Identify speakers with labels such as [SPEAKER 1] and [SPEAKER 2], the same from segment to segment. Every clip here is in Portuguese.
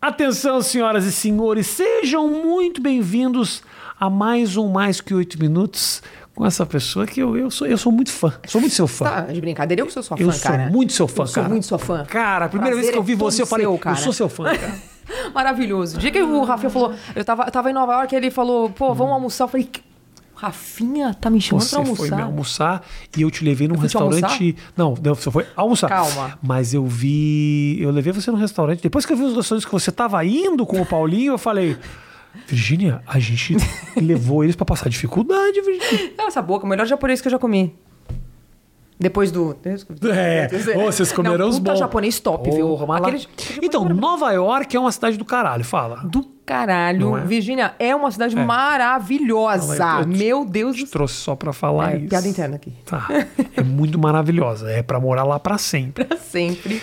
[SPEAKER 1] Atenção, senhoras e senhores, sejam muito bem-vindos a mais um Mais Que Oito Minutos com essa pessoa que eu, eu, sou, eu sou muito fã. Sou muito seu fã.
[SPEAKER 2] Tá de brincadeira, eu que sou sua
[SPEAKER 1] eu
[SPEAKER 2] fã,
[SPEAKER 1] sou
[SPEAKER 2] cara.
[SPEAKER 1] muito seu fã,
[SPEAKER 2] eu
[SPEAKER 1] cara.
[SPEAKER 2] Sou muito sua fã.
[SPEAKER 1] Cara, a primeira
[SPEAKER 2] Prazer
[SPEAKER 1] vez que eu
[SPEAKER 2] é
[SPEAKER 1] vi
[SPEAKER 2] todo
[SPEAKER 1] você, eu falei,
[SPEAKER 2] seu,
[SPEAKER 1] eu sou seu fã, cara.
[SPEAKER 2] Maravilhoso. O dia que o Rafinha falou, eu tava, eu tava em Nova York, ele falou, pô, vamos almoçar. Eu falei, "Que- Rafinha tá me chamando
[SPEAKER 1] Hum. Você
[SPEAKER 2] pra
[SPEAKER 1] foi
[SPEAKER 2] almoçar.
[SPEAKER 1] me almoçar e eu te levei num
[SPEAKER 2] fui te
[SPEAKER 1] restaurante. Não, não, você foi almoçar.
[SPEAKER 2] Calma.
[SPEAKER 1] Mas eu vi. Eu levei você num restaurante. Depois que eu vi os restaurantes que você tava indo com o Paulinho, eu falei. Virgínia, a gente levou eles pra passar dificuldade, Virgínia.
[SPEAKER 2] Cala essa boca, o melhor japonês que eu já comi. Depois do.
[SPEAKER 1] É, ô, vocês comeram
[SPEAKER 2] Não,
[SPEAKER 1] os
[SPEAKER 2] puta
[SPEAKER 1] bons.
[SPEAKER 2] japonês top, viu?
[SPEAKER 1] Porra, mas lá-
[SPEAKER 2] Aquele- tipo
[SPEAKER 1] Então, Nova York é uma cidade do caralho, fala.
[SPEAKER 2] Do caralho.
[SPEAKER 1] Não é?
[SPEAKER 2] Virgínia é uma cidade maravilhosa.
[SPEAKER 1] Fala aí, eu te-
[SPEAKER 2] Meu Deus
[SPEAKER 1] Te
[SPEAKER 2] do céu.
[SPEAKER 1] trouxe só pra falar
[SPEAKER 2] É,
[SPEAKER 1] isso.
[SPEAKER 2] piada interna aqui.
[SPEAKER 1] Tá. É muito maravilhosa. É pra morar lá pra sempre.
[SPEAKER 2] Pra sempre.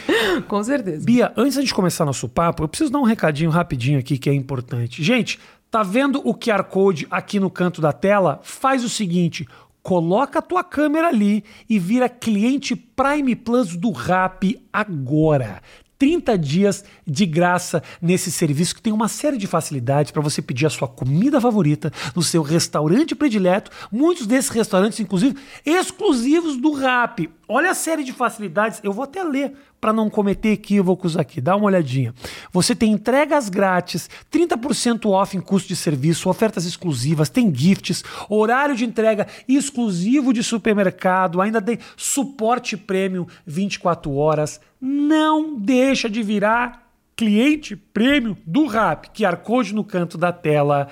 [SPEAKER 2] Com certeza.
[SPEAKER 1] Bia, antes da gente começar nosso papo, eu preciso dar um recadinho rapidinho aqui que é importante. Gente, tá vendo o QR Code aqui no canto da tela? Faz o seguinte. Coloca a tua câmera ali e vira cliente Prime Plus do Rap agora. 30 dias de graça nesse serviço que tem uma série de facilidades para você pedir a sua comida favorita no seu restaurante predileto. Muitos desses restaurantes, inclusive, exclusivos do Rap. Olha a série de facilidades. Eu vou até ler para não cometer equívocos aqui. Dá uma olhadinha. Você tem entregas grátis, 30% off em custo de serviço, ofertas exclusivas, tem gifts, horário de entrega exclusivo de supermercado, ainda tem suporte prêmio 24 horas. Não deixa de virar cliente prêmio do Rap, que arcode no canto da tela.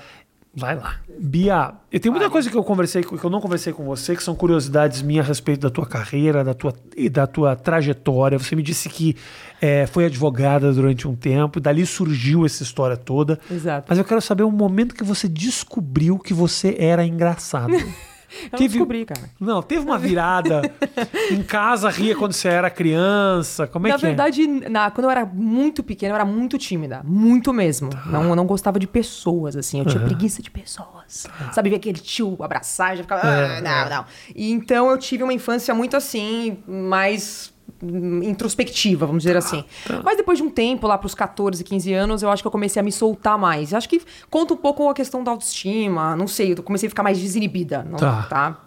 [SPEAKER 1] Vai lá. Bia, eu tenho muita coisa que eu conversei com- que eu não conversei com você, que são curiosidades minhas a respeito da tua carreira, da tua, e da tua trajetória. Você me disse que eh, foi advogada durante um tempo, e dali surgiu essa história toda.
[SPEAKER 2] Exato.
[SPEAKER 1] Mas eu quero saber o momento que você descobriu que você era engraçado.
[SPEAKER 2] Eu
[SPEAKER 1] Teve- um
[SPEAKER 2] descobri, cara.
[SPEAKER 1] Não, teve uma virada. em casa ria quando você era criança. Como é
[SPEAKER 2] Na
[SPEAKER 1] que
[SPEAKER 2] verdade, na- quando eu era muito pequena, eu era muito tímida. Muito mesmo.
[SPEAKER 1] Tá.
[SPEAKER 2] Não, eu não gostava de pessoas, assim. Eu tinha preguiça de pessoas.
[SPEAKER 1] Tá.
[SPEAKER 2] Sabe, ver aquele tio abraçar, já
[SPEAKER 1] É,
[SPEAKER 2] ficava. "Ah, não, não. E então eu tive uma infância muito assim, mais hum, introspectiva, vamos
[SPEAKER 1] Tá,
[SPEAKER 2] dizer assim. Mas depois de um tempo, lá pros 14, 15 anos, eu acho que eu comecei a me soltar mais. Eu acho que conta um pouco a questão da autoestima, não sei, eu comecei a ficar mais desinibida, não,
[SPEAKER 1] Tá.
[SPEAKER 2] tá?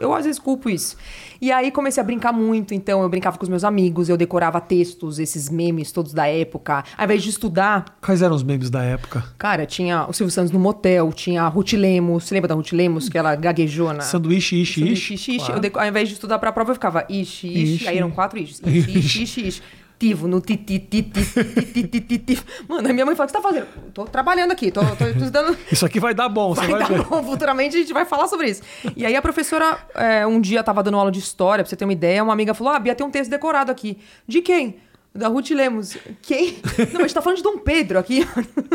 [SPEAKER 2] Eu às vezes culpo isso. E aí comecei a brincar muito, então eu brincava com os meus amigos, eu decorava textos, esses memes todos da época. Ao invés de estudar,
[SPEAKER 1] é? Quais eram os memes da época?
[SPEAKER 2] cara, tinha o Silvio Santos no motel, tinha a Ruth Lemos, você lembra da Ruth Lemos, que ela gaguejou na...
[SPEAKER 1] Sanduíche, ishi,
[SPEAKER 2] Tá.
[SPEAKER 1] ishi.
[SPEAKER 2] Sanduíche, ishi, ishi. Eu deco- Ao invés de estudar pra prova, eu ficava ishi, ishi,
[SPEAKER 1] Ishi.
[SPEAKER 2] aí eram quatro ishis. Ishi, ishi, ishi, ishi. Tivo no ti, ti, ti, ti, ti, ti, ti, ti, ti. Mano, a minha mãe fala, o que você tá fazendo? Tô trabalhando aqui, tô, tô estudando...
[SPEAKER 1] Isso aqui vai dar bom, você
[SPEAKER 2] Vai
[SPEAKER 1] vai
[SPEAKER 2] dar
[SPEAKER 1] ver.
[SPEAKER 2] bom, futuramente a gente vai falar sobre isso. E aí a professora, é, um dia tava dando aula de história, pra você ter uma ideia, uma amiga falou: Ah, Bia, tem um texto decorado aqui. De quem? Da Ruth Lemos. Quem? Não, mas a gente tá falando de Dom Pedro aqui.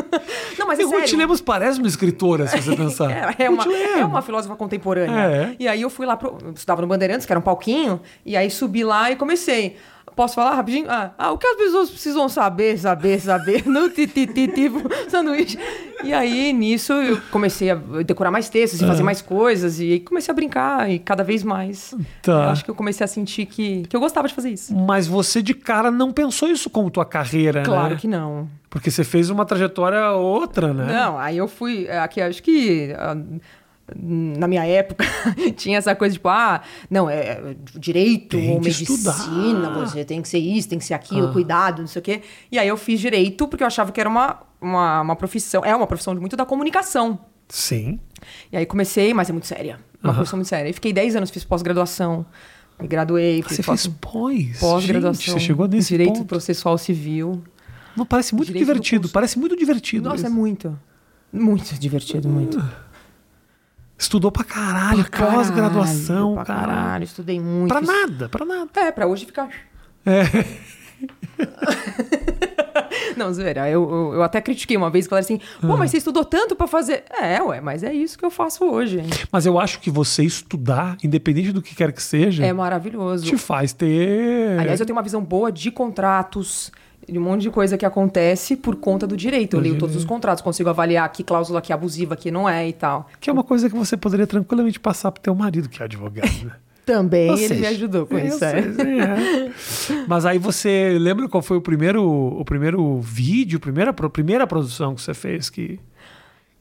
[SPEAKER 2] Não, mas
[SPEAKER 1] E
[SPEAKER 2] é
[SPEAKER 1] Ruth
[SPEAKER 2] sério.
[SPEAKER 1] Lemos parece uma escritora, se você pensar.
[SPEAKER 2] É, é uma, é uma filósofa contemporânea.
[SPEAKER 1] É.
[SPEAKER 2] E aí eu fui lá, pro, eu estudava no Bandeirantes, que era um palquinho, e aí subi lá e comecei. Posso falar rapidinho? Ah, ah, o que as pessoas precisam saber, saber, saber, no tipo sanduíche. E aí, nisso, eu comecei a decorar mais textos e
[SPEAKER 1] É.
[SPEAKER 2] fazer mais coisas, e aí comecei a brincar, e cada vez mais.
[SPEAKER 1] Tá.
[SPEAKER 2] Eu acho que eu comecei a sentir que, que eu gostava de fazer isso.
[SPEAKER 1] Mas você de cara não pensou isso como tua carreira,
[SPEAKER 2] Claro
[SPEAKER 1] né?
[SPEAKER 2] que não.
[SPEAKER 1] Porque você fez uma trajetória outra, né?
[SPEAKER 2] Não, aí eu fui. é, Aqui, acho que. ah, Na minha época, tinha essa coisa tipo, ah, não, é é direito
[SPEAKER 1] Tem
[SPEAKER 2] ou
[SPEAKER 1] que
[SPEAKER 2] medicina,
[SPEAKER 1] estudar. Ah.
[SPEAKER 2] você tem que ser isso, tem que ser aquilo, cuidado, não sei o quê. E aí eu fiz direito porque eu achava que era uma, uma, uma profissão, é uma profissão de muito da comunicação.
[SPEAKER 1] Sim.
[SPEAKER 2] E aí comecei, mas é muito séria, uma profissão muito séria. E fiquei 10 anos, fiz pós-graduação, me graduei, fiz
[SPEAKER 1] Ah, Você
[SPEAKER 2] pós-
[SPEAKER 1] fez pós.
[SPEAKER 2] pós-graduação,
[SPEAKER 1] Gente, Você chegou nesse
[SPEAKER 2] direito
[SPEAKER 1] ponto.
[SPEAKER 2] processual civil.
[SPEAKER 1] Não, parece muito
[SPEAKER 2] Direito do
[SPEAKER 1] divertido.
[SPEAKER 2] curso.
[SPEAKER 1] Parece muito divertido.
[SPEAKER 2] Nossa,
[SPEAKER 1] isso.
[SPEAKER 2] é muito, muito divertido, muito.
[SPEAKER 1] Estudou pra caralho,
[SPEAKER 2] Caralho,
[SPEAKER 1] pós-graduação,
[SPEAKER 2] pra
[SPEAKER 1] caralho.
[SPEAKER 2] caralho, estudei muito.
[SPEAKER 1] Pra nada, pra nada. É.
[SPEAKER 2] É, pra hoje ficar. Não, zoeira. Eu, eu, eu até critiquei uma vez, galera assim, pô, mas você estudou tanto pra fazer. É, ué, mas é isso que eu faço hoje. hein?
[SPEAKER 1] Mas eu acho que você estudar, independente do que quer que seja,
[SPEAKER 2] É maravilhoso.
[SPEAKER 1] te faz ter.
[SPEAKER 2] Aliás, eu tenho uma visão boa de contratos, de um monte de coisa que acontece por conta do direito. Eu leio todos os contratos, consigo avaliar que cláusula que é abusiva, que não é e tal.
[SPEAKER 1] Que é uma coisa que você poderia tranquilamente passar pro teu marido, que é advogado. né?
[SPEAKER 2] Também
[SPEAKER 1] Ou
[SPEAKER 2] ele me
[SPEAKER 1] seja,
[SPEAKER 2] ajudou com
[SPEAKER 1] é,
[SPEAKER 2] isso.
[SPEAKER 1] ou
[SPEAKER 2] é.
[SPEAKER 1] seja, é. Mas aí você lembra qual foi o primeiro, o primeiro vídeo, a primeira, pro- primeira produção que você fez que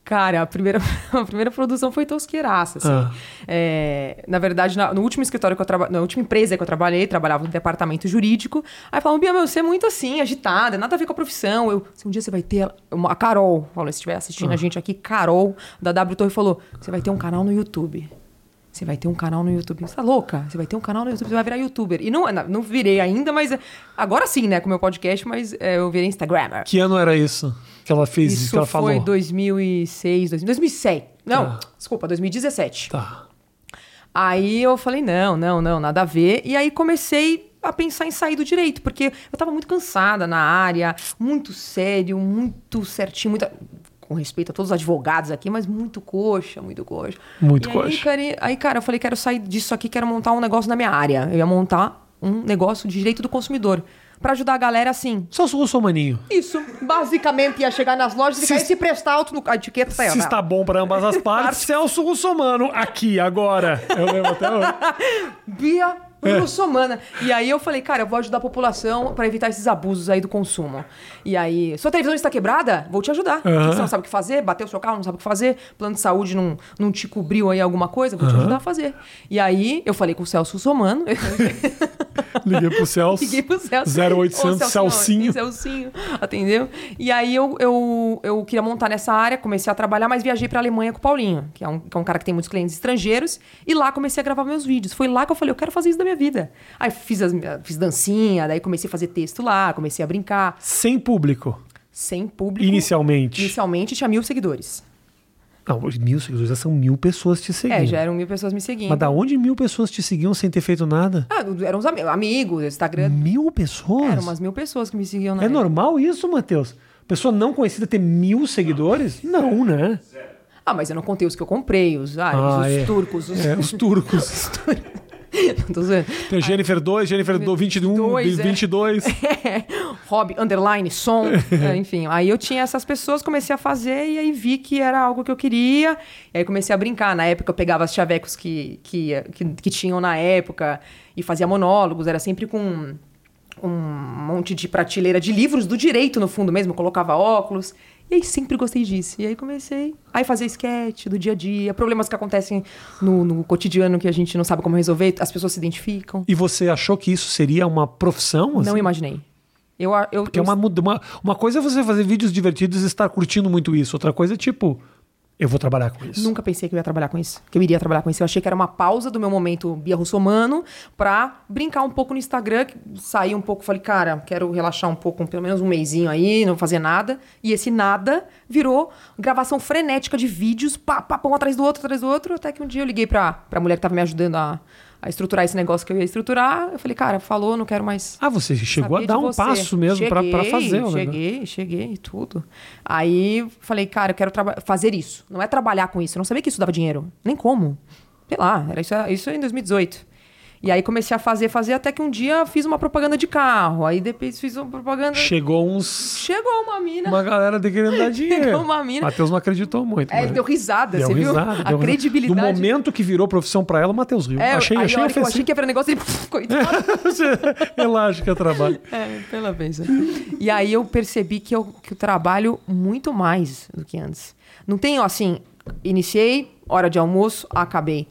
[SPEAKER 2] Cara, a primeira, a primeira produção foi tosqueiraça, assim.
[SPEAKER 1] Ah.
[SPEAKER 2] É, na verdade, na- no último escritório que eu trabalhei, na última empresa que eu trabalhei, trabalhava no departamento jurídico. Aí falavam, Bia, meu, você é muito assim, agitada, nada a ver com a profissão. Eu, "Se um dia você vai ter. Uma, a Carol, falou, se estiver assistindo a gente aqui, Carol, da W Torre, falou: você vai ter um canal no YouTube. Você vai ter um canal no YouTube. Você tá louca? Você vai ter um canal no YouTube, você vai virar youtuber. E não, não virei ainda, mas é, agora sim, né, com o meu podcast, mas é, eu virei Instagrammer.
[SPEAKER 1] que ano era isso que ela fez,
[SPEAKER 2] Isso
[SPEAKER 1] que ela
[SPEAKER 2] foi
[SPEAKER 1] falou?
[SPEAKER 2] 2006, 2000, 2007. Não,
[SPEAKER 1] Tá.
[SPEAKER 2] desculpa, 2017.
[SPEAKER 1] Tá.
[SPEAKER 2] Aí eu falei, não, não, não, nada a ver. E aí comecei a pensar em sair do direito, porque eu tava muito cansada na área, muito sério, muito certinho, muita... com respeito a todos os advogados aqui, mas muito coxa, muito coxa.
[SPEAKER 1] Muito
[SPEAKER 2] E
[SPEAKER 1] coxa.
[SPEAKER 2] Aí cara, aí, cara, eu falei, quero sair disso aqui, quero montar um negócio na minha área. Eu ia montar um negócio de direito do consumidor, Pra ajudar a galera assim.
[SPEAKER 1] Só sou sou maninho.
[SPEAKER 2] Isso, basicamente ia chegar nas lojas e
[SPEAKER 1] Se-
[SPEAKER 2] cair se prestar alto no a etiqueta. tá aí, ó,
[SPEAKER 1] Se
[SPEAKER 2] vai lá.
[SPEAKER 1] está bom para ambas as partes, é Celso Russomano, aqui, agora. Eu lembro até hoje.
[SPEAKER 2] Bia
[SPEAKER 1] É.
[SPEAKER 2] Russomana. E aí eu falei, cara, eu vou ajudar a população pra evitar esses abusos aí do consumo. E aí, sua televisão está quebrada? Vou te ajudar.
[SPEAKER 1] Aham.
[SPEAKER 2] Você não sabe o que fazer? Bateu o seu carro, não sabe o que fazer? Plano de saúde não, não te cobriu aí alguma coisa? Vou te ajudar a fazer. E aí, eu falei com o Celso Russomano.
[SPEAKER 1] Liguei pro Celso.
[SPEAKER 2] Liguei pro Celso.
[SPEAKER 1] 0800
[SPEAKER 2] Ô, não,
[SPEAKER 1] Celcinho.
[SPEAKER 2] Celcinho, atendeu? E aí eu, eu, eu queria montar nessa área, comecei a trabalhar, mas viajei pra Alemanha com o Paulinho, que é, um, que é um cara que tem muitos clientes estrangeiros, e lá comecei a gravar meus vídeos. Foi lá que eu falei, eu quero fazer isso da minha vida. Aí fiz, as, minha- fiz dancinha, daí comecei a fazer texto lá, comecei a brincar,
[SPEAKER 1] Sem público,
[SPEAKER 2] sem público.
[SPEAKER 1] inicialmente.
[SPEAKER 2] Inicialmente tinha mil seguidores.
[SPEAKER 1] Não, hoje mil seguidores, já são mil pessoas te seguindo.
[SPEAKER 2] É, já eram mil pessoas me seguindo.
[SPEAKER 1] Mas da onde mil pessoas te seguiam sem ter feito nada?
[SPEAKER 2] Ah, eram uns ami- amigos, Instagram.
[SPEAKER 1] Mil pessoas?
[SPEAKER 2] Eram umas mil pessoas que me seguiam na
[SPEAKER 1] É
[SPEAKER 2] época.
[SPEAKER 1] normal isso, Matheus? Pessoa não conhecida ter mil seguidores? Não, né?
[SPEAKER 2] Ah, mas eu não contei os que eu comprei, os árabes,
[SPEAKER 1] Ah,
[SPEAKER 2] os
[SPEAKER 1] é.
[SPEAKER 2] turcos, os
[SPEAKER 1] É, os turcos.
[SPEAKER 2] Não tô zoando.
[SPEAKER 1] Tem Jennifer 2, Jennifer 21,
[SPEAKER 2] Dois, é.
[SPEAKER 1] 22.
[SPEAKER 2] Hobby, underline, som, é, enfim. Aí eu tinha essas pessoas, comecei a fazer e aí vi que era algo que eu queria. E aí comecei a brincar. Na época eu pegava as chavecos que, que, que, que tinham na época e fazia monólogos. Era sempre com um monte de prateleira de livros do direito no fundo mesmo. Eu colocava óculos. E aí sempre gostei disso. E aí comecei. Aí fazer sketch do dia a dia, problemas que acontecem no, no cotidiano que a gente não sabe como resolver, as pessoas se identificam.
[SPEAKER 1] E você achou que isso seria uma profissão? assim?
[SPEAKER 2] Não imaginei. Eu, a- eu,
[SPEAKER 1] Porque é
[SPEAKER 2] eu-
[SPEAKER 1] uma, muda- uma, uma coisa é você fazer vídeos divertidos e estar curtindo muito isso. Outra coisa é tipo, eu vou trabalhar com isso.
[SPEAKER 2] nunca pensei que eu ia trabalhar com isso. Que eu iria trabalhar com isso. Eu achei que era uma pausa do meu momento Bia Russomano pra brincar um pouco no Instagram, que- sair um pouco. Falei, cara, quero relaxar um pouco, pelo menos um mêsinho aí, não fazer nada. E esse nada virou gravação frenética de vídeos, pá, pá, pá, um atrás do outro, atrás do outro. Até que um dia eu liguei pra, pra mulher que tava me ajudando a, a estruturar esse negócio que eu ia estruturar. Eu falei, cara, falou, não quero mais
[SPEAKER 1] Ah, você chegou
[SPEAKER 2] Sabia
[SPEAKER 1] a dar
[SPEAKER 2] de
[SPEAKER 1] um
[SPEAKER 2] você.
[SPEAKER 1] passo mesmo pra, pra
[SPEAKER 2] Cheguei,
[SPEAKER 1] fazer o negócio.
[SPEAKER 2] Cheguei, cheguei, tudo. Aí falei, cara, eu quero traba- fazer isso. Não é trabalhar com isso. Eu não sabia que isso dava dinheiro. Nem como. Sei lá, era isso, isso em 2018. E aí comecei a fazer, fazer, até que um dia fiz uma propaganda de carro. Aí depois fiz uma propaganda.
[SPEAKER 1] Chegou uns.
[SPEAKER 2] Chegou uma mina.
[SPEAKER 1] Uma galera de querendo dar dinheiro.
[SPEAKER 2] Chegou uma mina.
[SPEAKER 1] Matheus não acreditou muito.
[SPEAKER 2] É,
[SPEAKER 1] mas-
[SPEAKER 2] deu risada, você viu?
[SPEAKER 1] deu
[SPEAKER 2] a credibilidade.
[SPEAKER 1] Do momento que virou profissão pra ela, o Matheus riu.
[SPEAKER 2] É,
[SPEAKER 1] achei
[SPEAKER 2] aí
[SPEAKER 1] achei
[SPEAKER 2] a hora que eu achei
[SPEAKER 1] ofensivo.
[SPEAKER 2] que era um negócio, ele. Coitado.
[SPEAKER 1] Relaxa que é trabalho.
[SPEAKER 2] É, pela vez. E aí eu percebi que eu, que eu trabalho muito mais do que antes. Não tem, ó, assim, iniciei, hora de almoço, acabei.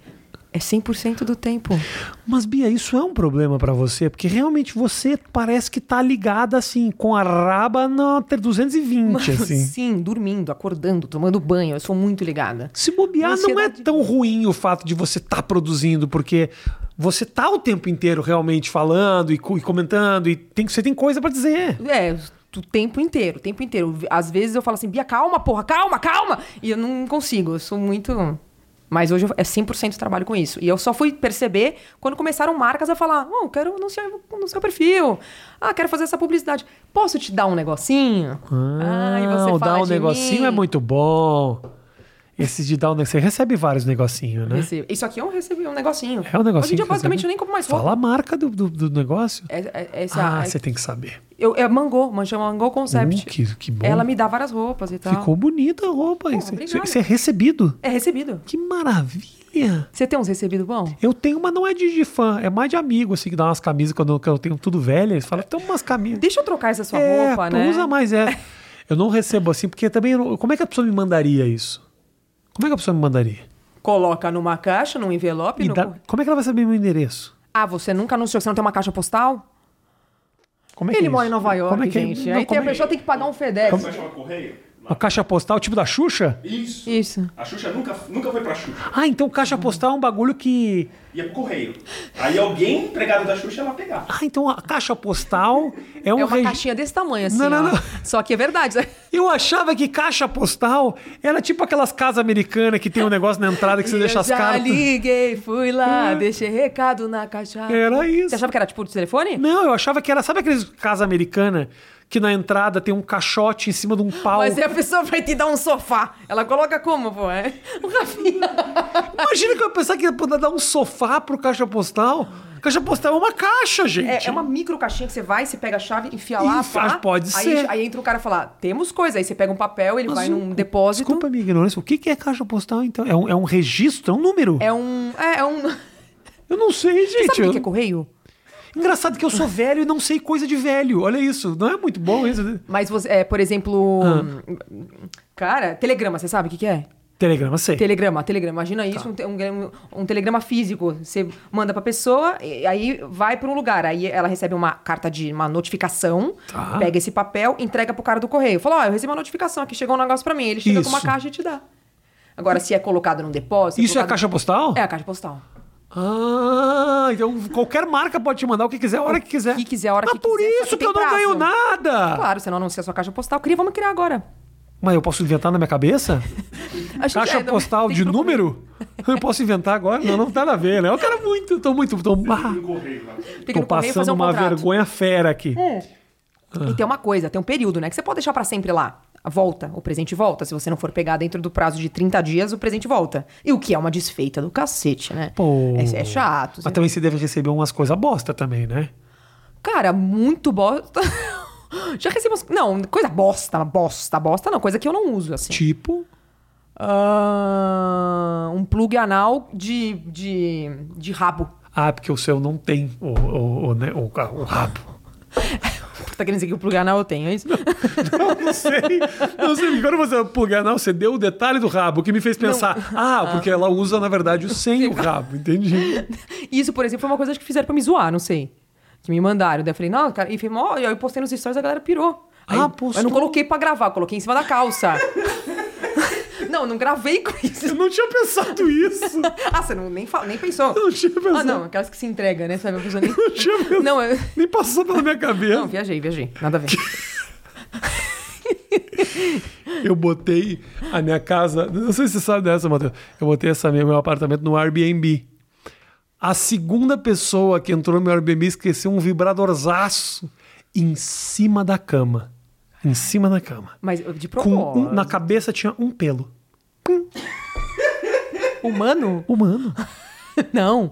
[SPEAKER 2] É 100% do tempo.
[SPEAKER 1] Mas, Bia, isso é um problema pra você, porque realmente você parece que tá ligada, assim, com a raba na 220, assim.
[SPEAKER 2] Sim, dormindo, acordando, tomando banho. Eu sou muito ligada.
[SPEAKER 1] Se bobear,
[SPEAKER 2] Uma
[SPEAKER 1] não é
[SPEAKER 2] ansiedade.
[SPEAKER 1] tão ruim o fato de você estar produzindo, porque você tá o tempo inteiro realmente falando e, co- e comentando, e tem, você tem coisa pra dizer.
[SPEAKER 2] É, o tempo inteiro, o tempo inteiro. Às vezes eu falo assim, Bia, calma, porra, calma, calma. E eu não consigo, eu sou muito. Mas hoje eu- é 100% trabalho com isso. E eu só fui perceber quando começaram marcas a falar: oh, eu quero anunciar no seu perfil. Ah, quero fazer essa publicidade. Posso te dar um negocinho? Ah, e
[SPEAKER 1] o dar um
[SPEAKER 2] de
[SPEAKER 1] negocinho
[SPEAKER 2] mim.
[SPEAKER 1] é muito bom. Esses de dar um negocinho. Você recebe vários negocinhos, né?
[SPEAKER 2] Rece- Isso aqui eu recebi um negocinho.
[SPEAKER 1] É um negocinho.
[SPEAKER 2] Hoje em dia,
[SPEAKER 1] que
[SPEAKER 2] basicamente,
[SPEAKER 1] recebe.
[SPEAKER 2] eu nem compro mais
[SPEAKER 1] Fala
[SPEAKER 2] roupa.
[SPEAKER 1] a marca do, do, do negócio.
[SPEAKER 2] É, é- é essa-
[SPEAKER 1] ah,
[SPEAKER 2] é-
[SPEAKER 1] você tem que saber.
[SPEAKER 2] eu, é Mangô, man- chama Mangô Concept.
[SPEAKER 1] Uh, que, que bom.
[SPEAKER 2] Ela me dá várias roupas e tal.
[SPEAKER 1] Ficou bonita a roupa.
[SPEAKER 2] Pô,
[SPEAKER 1] isso, isso-
[SPEAKER 2] obrigada.
[SPEAKER 1] isso é recebido.
[SPEAKER 2] É recebido.
[SPEAKER 1] Que maravilha. Ian,
[SPEAKER 2] Você tem uns recebidos bom?
[SPEAKER 1] eu tenho, mas não é de, de fã, é mais de amigo, assim, que dá umas camisas quando eu, que eu tenho tudo velho. Eles falam, tem umas camisas.
[SPEAKER 2] Deixa eu trocar essa sua
[SPEAKER 1] é,
[SPEAKER 2] roupa,
[SPEAKER 1] pô,
[SPEAKER 2] né?
[SPEAKER 1] usa mais, é. Eu não recebo assim, porque também. eu não- como é que a pessoa me mandaria isso? Como é que a pessoa me mandaria?
[SPEAKER 2] Coloca numa caixa, num envelope.
[SPEAKER 1] E
[SPEAKER 2] no-
[SPEAKER 1] dá- como é que ela vai saber meu endereço?
[SPEAKER 2] Ah, você nunca anunciou que você não tem uma caixa postal?
[SPEAKER 1] Como é que
[SPEAKER 2] Ele
[SPEAKER 1] é
[SPEAKER 2] mora em
[SPEAKER 1] isso?
[SPEAKER 2] Nova York,
[SPEAKER 1] Como é que é?
[SPEAKER 2] gente.
[SPEAKER 1] Não,
[SPEAKER 2] Aí tem,
[SPEAKER 1] como
[SPEAKER 2] a
[SPEAKER 1] é-
[SPEAKER 2] pessoa tem que pagar um FedEx.
[SPEAKER 1] Como- é
[SPEAKER 3] Você chama correio?
[SPEAKER 1] Uma caixa postal, tipo da Xuxa?
[SPEAKER 3] Isso.
[SPEAKER 2] Isso.
[SPEAKER 1] É
[SPEAKER 3] A Xuxa nunca, nunca foi pra Xuxa.
[SPEAKER 1] Ah, então caixa postal é um bagulho que.
[SPEAKER 3] Ia pro correio. Aí alguém, empregado da Xuxa, ia lá pegar.
[SPEAKER 1] Ah, então a caixa postal é um
[SPEAKER 2] É uma
[SPEAKER 1] regi-
[SPEAKER 2] caixinha desse tamanho, assim.
[SPEAKER 1] Não, não,
[SPEAKER 2] ó.
[SPEAKER 1] não.
[SPEAKER 2] Só que é verdade. né?
[SPEAKER 1] Eu achava que caixa postal era tipo aquelas casas americanas que tem um negócio na entrada que você deixa
[SPEAKER 2] Eu
[SPEAKER 1] as Hum.
[SPEAKER 2] já
[SPEAKER 1] cartas.
[SPEAKER 2] liguei, fui lá, deixei recado na caixa.
[SPEAKER 1] Era isso.
[SPEAKER 2] Você achava que era tipo de telefone?
[SPEAKER 1] É. Não, eu achava que era. Sabe aqueles casa americana que na entrada tem um caixote em cima de um pau?
[SPEAKER 2] Mas é- aí a pessoa vai te dar um sofá. Ela coloca como, pô? É? O Rafinha.
[SPEAKER 1] Imagina que eu ia pensar que ia poder dar um sofá pro caixa postal. Caixa postal é uma caixa, gente.
[SPEAKER 2] É, é uma micro caixinha que você vai, você pega a chave, enfia lá,
[SPEAKER 1] Ih, faz-
[SPEAKER 2] pá,
[SPEAKER 1] pode
[SPEAKER 2] aí,
[SPEAKER 1] ser.
[SPEAKER 2] Aí entra o cara e fala, temos coisa. Aí você pega um papel, ele
[SPEAKER 1] Mas
[SPEAKER 2] vai
[SPEAKER 1] o-
[SPEAKER 2] num depósito.
[SPEAKER 1] Desculpa a minha ignorância. O que que é caixa postal, então? É um, é um registro? É um número?
[SPEAKER 2] É um... É, é um... Sabe
[SPEAKER 1] Eu não sei, gente.
[SPEAKER 2] o que que é
[SPEAKER 1] Eu-
[SPEAKER 2] correio?
[SPEAKER 1] Engraçado que eu sou velho e não sei coisa de velho. Olha isso. Não é muito bom isso. né?
[SPEAKER 2] Mas você, é, por exemplo...
[SPEAKER 1] Ah.
[SPEAKER 2] hum, Cara, telegrama, você sabe o que que é?
[SPEAKER 1] Telegrama, sei.
[SPEAKER 2] Telegrama, telegrama.
[SPEAKER 1] Tá.
[SPEAKER 2] Imagina isso, um te- um, um, um telegrama físico. Você manda pra pessoa, e aí vai pra um lugar. Aí ela recebe uma carta de uma notificação,
[SPEAKER 1] Tá.
[SPEAKER 2] pega esse papel, entrega pro cara do correio. Fala, ó, eu recebi uma notificação aqui, chegou um negócio pra mim. Ele chega com uma
[SPEAKER 1] Isso.
[SPEAKER 2] caixa e te dá. Agora, se é colocado num depósito...
[SPEAKER 1] Isso é a
[SPEAKER 2] colocado-
[SPEAKER 1] caixa postal?
[SPEAKER 2] É a caixa postal.
[SPEAKER 1] Ah, então qualquer marca pode te mandar o que quiser, a hora que quiser.
[SPEAKER 2] que quiser, a hora
[SPEAKER 1] Mas
[SPEAKER 2] que
[SPEAKER 1] por
[SPEAKER 2] quiser, só
[SPEAKER 1] isso
[SPEAKER 2] que
[SPEAKER 1] que, eu
[SPEAKER 2] tem
[SPEAKER 1] não
[SPEAKER 2] prazo.
[SPEAKER 1] ganho nada.
[SPEAKER 2] Claro, você não anuncia a sua caixa postal. Cria, vamos criar agora.
[SPEAKER 1] Mas eu posso inventar na minha cabeça?
[SPEAKER 2] A gente-
[SPEAKER 1] Caixa
[SPEAKER 2] é, não-
[SPEAKER 1] postal
[SPEAKER 2] tem
[SPEAKER 1] de
[SPEAKER 2] que procurar.
[SPEAKER 1] número? Eu posso inventar agora? Não, não tá na ver, né? Eu quero muito, tô muito. Tô, ah,
[SPEAKER 3] No correio lá.
[SPEAKER 2] Tem que ir
[SPEAKER 1] tô
[SPEAKER 2] no correio fazer
[SPEAKER 1] passando
[SPEAKER 2] um
[SPEAKER 1] uma
[SPEAKER 2] contrato.
[SPEAKER 1] vergonha fera aqui.
[SPEAKER 2] É. E tem uma coisa, tem um período, né? Que você pode deixar pra sempre lá. A Volta, o presente volta. Se você não for pegar dentro do prazo de 30 dias, o presente volta. E o que é uma desfeita do cacete, né?
[SPEAKER 1] Pô.
[SPEAKER 2] É, é chato.
[SPEAKER 1] Mas
[SPEAKER 2] Você-
[SPEAKER 1] também você deve receber umas coisas bosta também, né?
[SPEAKER 2] Cara, muito bosta. Já recebi umas... Não, coisa bosta, bosta, bosta não. Coisa que eu não uso, assim.
[SPEAKER 1] Tipo.
[SPEAKER 2] Ah, um plug anal de, de, de rabo.
[SPEAKER 1] Ah, porque o seu não tem o, o, o, né, o, ca- o rabo.
[SPEAKER 2] Tá querendo dizer que o plug anal eu tenho, é isso?
[SPEAKER 1] Não, não sei. Não sei. Agora você plugar, não, você deu o detalhe do rabo, o que me fez pensar. Ah, porque ela usa, na verdade, o sem o rabo, entendi.
[SPEAKER 2] Isso, por exemplo, foi uma coisa que fizeram pra me zoar, não sei. Que me mandaram. Daí eu falei, não, cara. E foi mó- e aí eu postei nos stories a galera pirou. Aí,
[SPEAKER 1] Ah, postou.
[SPEAKER 2] Eu não coloquei pra gravar, eu coloquei em cima da calça. não, não gravei com isso.
[SPEAKER 1] Eu não tinha pensado isso.
[SPEAKER 2] Ah, você não, nem, fa- nem pensou.
[SPEAKER 1] Eu é- não tinha pensado.
[SPEAKER 2] Ah, não, aquelas que se entrega, né? Sabe? A pessoa nem.
[SPEAKER 1] Não tinha pensado.
[SPEAKER 2] Não, eu...
[SPEAKER 1] Nem passou pela minha cabeça.
[SPEAKER 2] não, viajei, viajei. Nada a ver.
[SPEAKER 1] Eu botei a minha casa. Não sei se você sabe dessa, Matheus. Eu botei essa minha, meu apartamento no Airbnb. A segunda pessoa que entrou no meu Airbnb esqueceu um vibradorzaço em cima da cama. Em cima da cama.
[SPEAKER 2] Mas eu- de
[SPEAKER 1] Com
[SPEAKER 2] propósito.
[SPEAKER 1] um- na cabeça tinha um pelo.
[SPEAKER 2] Humano?
[SPEAKER 1] Humano.
[SPEAKER 2] Não.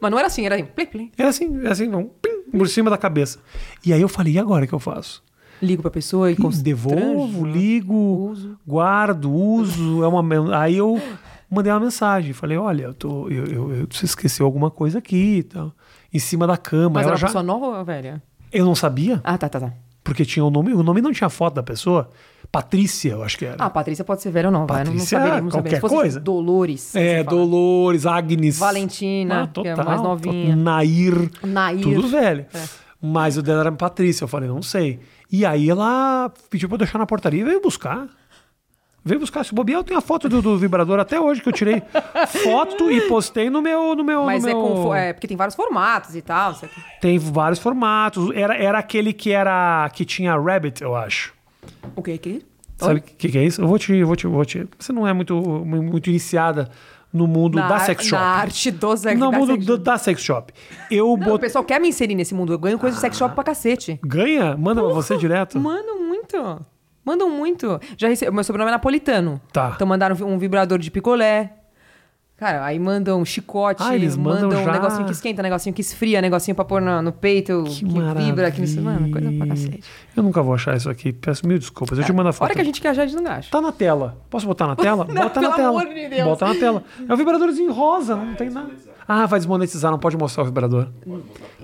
[SPEAKER 2] Mas não era assim, era assim. Plim, plim.
[SPEAKER 1] Era assim, era assim, um pim, por cima da cabeça. E aí eu falei, e agora o que eu faço?
[SPEAKER 2] Ligo pra pessoa e constranjo.
[SPEAKER 1] Devolvo, ligo,
[SPEAKER 2] né? uso.
[SPEAKER 1] guardo, uso. É uma... men- Aí eu mandei uma mensagem. Falei, olha, eu tô, eu, eu, eu- você esqueceu alguma coisa aqui e tal. Em cima da cama.
[SPEAKER 2] Mas
[SPEAKER 1] ela
[SPEAKER 2] era uma
[SPEAKER 1] já...
[SPEAKER 2] pessoa nova ou velha?
[SPEAKER 1] Eu não sabia,
[SPEAKER 2] Ah, tá, tá, tá.
[SPEAKER 1] porque tinha o nome. O nome não tinha foto da pessoa. Patrícia, eu acho que era.
[SPEAKER 2] Ah, Patrícia pode ser velha ou não, vai. Não, não
[SPEAKER 1] Patrícia,
[SPEAKER 2] saberia, não saberia.
[SPEAKER 1] qualquer
[SPEAKER 2] Se fosse
[SPEAKER 1] coisa.
[SPEAKER 2] Dolores.
[SPEAKER 1] é,
[SPEAKER 2] você fala.
[SPEAKER 1] Dolores, Agnes. Ah,
[SPEAKER 2] Valentina, que é
[SPEAKER 1] total,
[SPEAKER 2] mais novinha.
[SPEAKER 1] Nair.
[SPEAKER 2] Nair. É.
[SPEAKER 1] Tudo velho. Mas o dela era Patrícia, eu falei, não sei. E aí ela pediu pra eu deixar na portaria e veio buscar. Veio buscar. Se bobear, eu tenho a foto do, do vibrador até hoje que eu tirei foto e postei no meu. No meu
[SPEAKER 2] Mas
[SPEAKER 1] no
[SPEAKER 2] é,
[SPEAKER 1] meu...
[SPEAKER 2] com fo- é, porque tem vários formatos e tal. Você...
[SPEAKER 1] Tem vários formatos. Era, era aquele que era. que tinha Rabbit, eu acho.
[SPEAKER 2] O que que?
[SPEAKER 1] Sabe o que, que é isso? Eu vou te, eu vou te, eu vou te. Você não é muito, muito iniciada no mundo da
[SPEAKER 2] ar-
[SPEAKER 1] sex shop.
[SPEAKER 2] Na arte do sex,
[SPEAKER 1] no
[SPEAKER 2] da
[SPEAKER 1] mundo
[SPEAKER 2] sex
[SPEAKER 1] do-
[SPEAKER 2] shop.
[SPEAKER 1] da sex shop. Eu
[SPEAKER 2] Não, O
[SPEAKER 1] botei.
[SPEAKER 2] pessoal quer me inserir nesse mundo. Eu ganho coisa de sex shop pra cacete.
[SPEAKER 1] Ganha? Manda pra você direto.
[SPEAKER 2] Mandam muito. Mandam muito. Já recebi... Meu sobrenome é napolitano.
[SPEAKER 1] Tá.
[SPEAKER 2] Então mandaram um vibrador de picolé. Cara, aí mandam chicote, um
[SPEAKER 1] Ah, eles mandam já-
[SPEAKER 2] negocinho que esquenta, negocinho que esfria, negocinho pra pôr no, no peito, que, vibra, que não sei, mano, coisa pra cacete.
[SPEAKER 1] Eu nunca vou achar isso aqui. Peço mil desculpas. Eu te mando a
[SPEAKER 2] A
[SPEAKER 1] foto.
[SPEAKER 2] hora que a gente quer achar, a gente não acha.
[SPEAKER 1] Tá na tela. Posso botar na tela?
[SPEAKER 2] Não,
[SPEAKER 1] Bota na
[SPEAKER 2] pelo
[SPEAKER 1] tela.
[SPEAKER 2] amor de Deus.
[SPEAKER 1] Bota na tela. É um vibradorzinho rosa, não tem nada. Ah, vai desmonetizar, não pode mostrar o vibrador.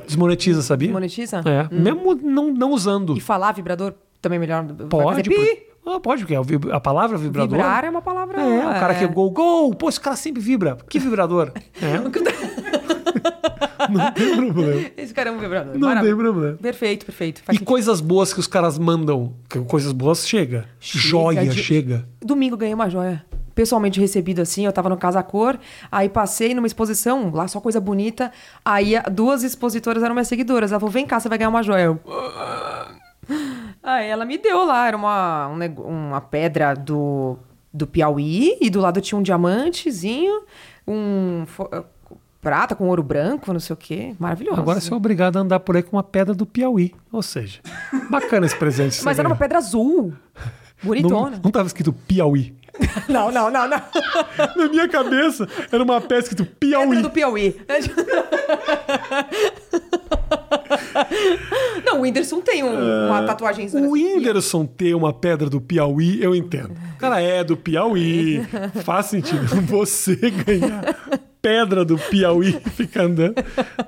[SPEAKER 1] Desmonetiza, sabia?
[SPEAKER 2] Monetiza?
[SPEAKER 1] É, mesmo não, não usando.
[SPEAKER 2] Hum. E falar vibrador também é melhor. vai
[SPEAKER 1] Pode.
[SPEAKER 2] fazer
[SPEAKER 1] por-
[SPEAKER 2] pi.
[SPEAKER 1] Ah, pode, porque é o vib- a palavra vibrador.
[SPEAKER 2] Vibrar é uma palavra.
[SPEAKER 1] É, o cara que gol, gol. Pô, esse cara sempre vibra. Que vibrador. É. não tem problema.
[SPEAKER 2] Esse cara é um vibrador.
[SPEAKER 1] Não
[SPEAKER 2] Maravilha.
[SPEAKER 1] tem problema.
[SPEAKER 2] Perfeito, perfeito. Faz
[SPEAKER 1] E
[SPEAKER 2] sentido.
[SPEAKER 1] coisas boas que os caras mandam. que Coisas boas chega.
[SPEAKER 2] Chega
[SPEAKER 1] Joia,
[SPEAKER 2] de-
[SPEAKER 1] chega.
[SPEAKER 2] Domingo ganhei uma joia. Pessoalmente recebido assim, eu tava no Casa Cor, aí passei numa exposição, lá só coisa bonita. Aí a- duas expositoras eram minhas seguidoras. Ela falou: vem cá, você vai ganhar uma joia. Eu, "Ah." Aí ela me deu lá, era uma, um nego- uma pedra do, do Piauí, e do lado tinha um diamantezinho, um fo- prata com ouro branco, não sei o quê. Maravilhoso.
[SPEAKER 1] Agora você é obrigado a andar por aí com uma pedra do Piauí. Ou seja, bacana esse presente. que você
[SPEAKER 2] Mas era uma
[SPEAKER 1] ganhou.
[SPEAKER 2] pedra então, azul. Bonitona.
[SPEAKER 1] Não, não tava escrito Piauí.
[SPEAKER 2] Não, não, não, não.
[SPEAKER 1] Na minha cabeça, era uma pedra escrito
[SPEAKER 2] Pedra
[SPEAKER 1] Piauí.
[SPEAKER 2] do Piauí. Não, o Whindersson tem um- uma tatuagem.
[SPEAKER 1] O Whindersson ter uma pedra do Piauí, eu entendo. O cara é do Piauí. Faz sentido você ganhar pedra do Piauí e ficar andando.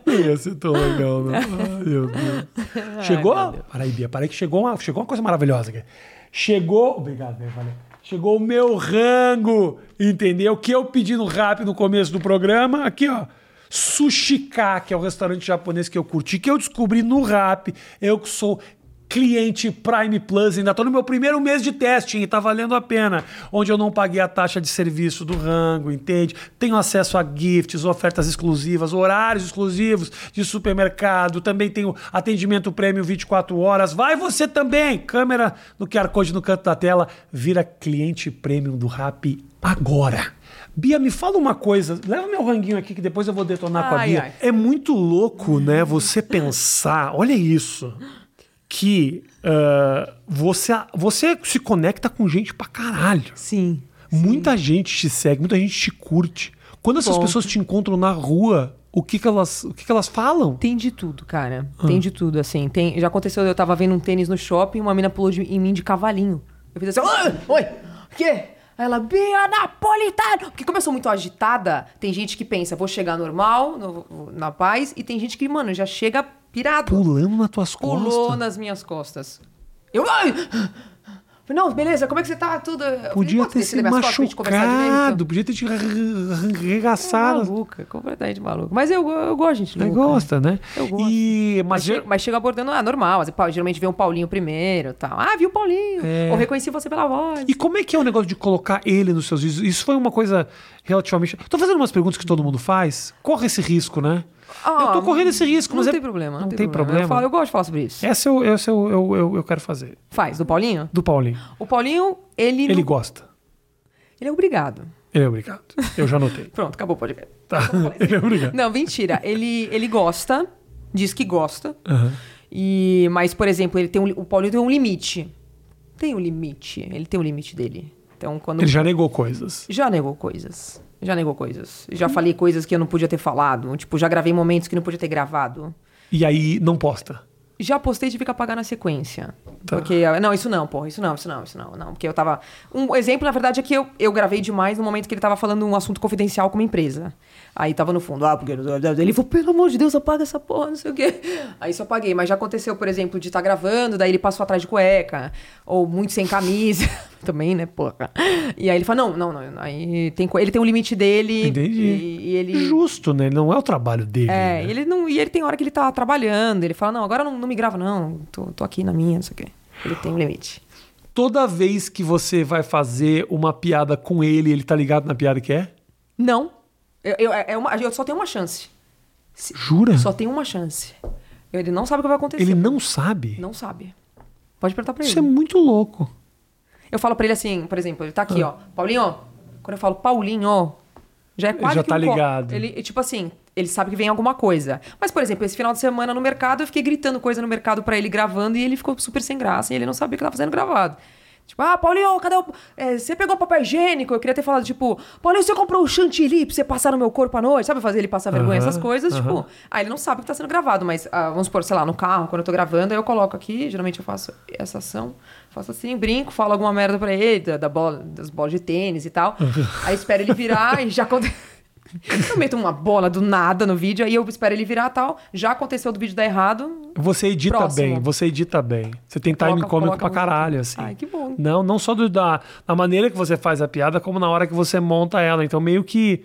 [SPEAKER 1] Não ia ser tão legal, não. Ai, meu Deus. Chegou. Para aí, Bia. Para aí que chegou uma, chegou uma coisa maravilhosa aqui. Chegou. Obrigado, Bia. Valeu. Chegou o meu rango, entendeu? Que eu pedi no rápido no começo do programa. Aqui, ó. Sushika, que é o restaurante japonês que eu curti, que eu descobri no rap. Eu que sou cliente Prime Plus, ainda tô no meu primeiro mês de testing e tá valendo a pena, onde eu não paguei a taxa de serviço do rango, entende? Tenho acesso a gifts, ofertas exclusivas, horários exclusivos de supermercado, também tenho atendimento prêmio 24 horas. Vai você também! Câmera no QR Code no canto da tela, vira cliente premium do Rap agora. Bia, me fala uma coisa. Leva meu ranguinho aqui que depois eu vou detonar com a
[SPEAKER 2] Ai,
[SPEAKER 1] Bia.
[SPEAKER 2] ai.
[SPEAKER 1] É muito louco, né? Você pensar, olha isso, que ah, você, você se conecta com gente pra caralho.
[SPEAKER 2] Sim.
[SPEAKER 1] Muita gente te segue, muita gente te curte. Quando essas
[SPEAKER 2] Bom.
[SPEAKER 1] pessoas te encontram na rua, o que, que, elas, o que, que elas falam?
[SPEAKER 2] Tem de tudo, cara. Tem de tudo, assim. Tem, já aconteceu, eu tava vendo um tênis no shopping, uma mina pulou de- em mim de cavalinho. Eu fiz assim, "Ah, oi, o quê? Aí ela, Bia Napolitano! Porque como eu sou muito agitada, tem gente que pensa, vou chegar normal, no- na paz, e tem gente que, mano, já chega pirado.
[SPEAKER 1] Pulando nas tuas
[SPEAKER 2] pulou
[SPEAKER 1] costas.
[SPEAKER 2] nas minhas costas. Eu. Ai! Falei, Não, beleza, como é que você tá? Tudo. Eu falei,
[SPEAKER 1] Podia
[SPEAKER 2] "Posso
[SPEAKER 1] ter
[SPEAKER 2] descer
[SPEAKER 1] se
[SPEAKER 2] das minhas costas pra gente conversar
[SPEAKER 1] machucado,
[SPEAKER 2] direito?" então?
[SPEAKER 1] podia ter te
[SPEAKER 2] Tá
[SPEAKER 1] arregaçado.
[SPEAKER 2] Maluca, completamente maluca. Mas eu, eu gosto, de gente.
[SPEAKER 1] Você
[SPEAKER 2] Louca.
[SPEAKER 1] gosta, né?
[SPEAKER 2] Eu gosto.
[SPEAKER 1] E,
[SPEAKER 2] Mas,
[SPEAKER 1] mas,
[SPEAKER 2] che- mas chega abordando, ah, normal. Assim, pau, Geralmente vê um Paulinho primeiro tal. Ah, viu o Paulinho.
[SPEAKER 1] É.
[SPEAKER 2] Ou reconheci você pela voz.
[SPEAKER 1] E como é que é o negócio de colocar ele nos seus vídeos? Isso foi uma coisa relativamente. Tô fazendo umas perguntas que todo mundo faz. Corre esse risco, né?
[SPEAKER 2] Ah,
[SPEAKER 1] eu tô correndo esse risco,
[SPEAKER 2] Não
[SPEAKER 1] mas é-
[SPEAKER 2] tem problema.
[SPEAKER 1] Não, tem problema. É.
[SPEAKER 2] Eu, falo- eu gosto de falar sobre isso.
[SPEAKER 1] Essa eu, essa eu, eu, eu, eu quero fazer.
[SPEAKER 2] Faz, do Paulinho?
[SPEAKER 1] Do Paulinho.
[SPEAKER 2] O Paulinho, ele.
[SPEAKER 1] Ele
[SPEAKER 2] não-
[SPEAKER 1] gosta.
[SPEAKER 2] ele é obrigado.
[SPEAKER 1] Ele é obrigado. Eu já notei.
[SPEAKER 2] Pronto, acabou o podcast.
[SPEAKER 1] Tá. Ele é obrigado.
[SPEAKER 2] Não, mentira. ele, ele gosta, diz que gosta.
[SPEAKER 1] Aham.
[SPEAKER 2] E, mas, por exemplo, ele tem um, li- o Paulinho tem um limite. Tem um limite. Ele tem um limite dele. Então, quando.
[SPEAKER 1] Ele já negou coisas.
[SPEAKER 2] Já negou coisas. Já negou coisas. Já falei coisas que eu não podia ter falado. Tipo, já gravei momentos que não podia ter gravado.
[SPEAKER 1] E aí não posta.
[SPEAKER 2] Já postei de ficar pagar na sequência.
[SPEAKER 1] Tá.
[SPEAKER 2] Porque. Não, isso não, porra, isso não, isso não, isso não, não. Porque eu tava. Um exemplo, na verdade, é que eu, eu gravei demais no momento que ele tava falando um assunto confidencial com uma empresa. Aí tava no fundo, ah, porque. Ele falou, pelo amor de Deus, apaga essa porra, não sei o quê. Aí só apaguei. Mas já aconteceu, por exemplo, de estar gravando, daí ele passou atrás de cueca. Ou muito sem camisa. Também, né, porra. E aí ele fala, não, não, não. Aí tem, co- ele tem um limite dele.
[SPEAKER 1] Entendi.
[SPEAKER 2] E, e ele.
[SPEAKER 1] Justo, né? Não é o trabalho dele.
[SPEAKER 2] É,
[SPEAKER 1] né?
[SPEAKER 2] ele não, e ele tem hora que ele tá trabalhando, ele fala, não, agora não, não me grava não, tô, tô aqui na minha, não sei o quê. Ele tem um limite.
[SPEAKER 1] Toda vez que você vai fazer uma piada com ele, ele tá ligado na piada que é?
[SPEAKER 2] Não, eu, eu- é uma- eu só tenho uma chance,
[SPEAKER 1] Jura?
[SPEAKER 2] só tenho uma chance. Ele não sabe o que vai acontecer.
[SPEAKER 1] Ele não sabe?
[SPEAKER 2] Não sabe. Pode perguntar pra
[SPEAKER 1] Isso é
[SPEAKER 2] ele.
[SPEAKER 1] muito louco.
[SPEAKER 2] Eu falo pra ele assim, por exemplo, ele tá aqui,
[SPEAKER 1] Ah.
[SPEAKER 2] ó, Paulinho, quando eu falo Paulinho, já é quase
[SPEAKER 1] já
[SPEAKER 2] que
[SPEAKER 1] tá
[SPEAKER 2] um co-
[SPEAKER 1] ligado.
[SPEAKER 2] Ele, e, tipo assim, ele sabe que vem alguma coisa. Mas, por exemplo, esse final de semana no mercado, eu fiquei gritando coisa no mercado pra ele gravando e ele ficou super sem graça e ele não sabia o que tava sendo gravado. Tipo, ah, Paulinho, cadê o. é, você pegou papel higiênico? Eu queria ter falado, tipo, Paulinho, você comprou um chantilly pra você passar no meu corpo à noite? Sabe fazer ele passar vergonha,
[SPEAKER 1] Aham,
[SPEAKER 2] essas coisas? Tipo, ah, ele não sabe que tá sendo gravado, mas ah, vamos supor, sei lá, no carro, quando eu tô gravando, aí eu coloco aqui, geralmente eu faço essa ação, faço assim, brinco, falo alguma merda pra ele, da, da bola, das bolas de tênis e tal. aí espero ele virar e já acontece. Eu meto uma bola do nada no vídeo, aí eu espero ele virar tal. Já aconteceu do vídeo dar errado.
[SPEAKER 1] Você edita
[SPEAKER 2] Próximo.
[SPEAKER 1] bem, você edita bem. Você tem time
[SPEAKER 2] Coloca-
[SPEAKER 1] cômico
[SPEAKER 2] coloca
[SPEAKER 1] pra
[SPEAKER 2] muito.
[SPEAKER 1] caralho, assim.
[SPEAKER 2] Ai, que bom.
[SPEAKER 1] Não, não só do- da, da maneira que você faz a piada, como na hora que você monta ela. Então, meio que.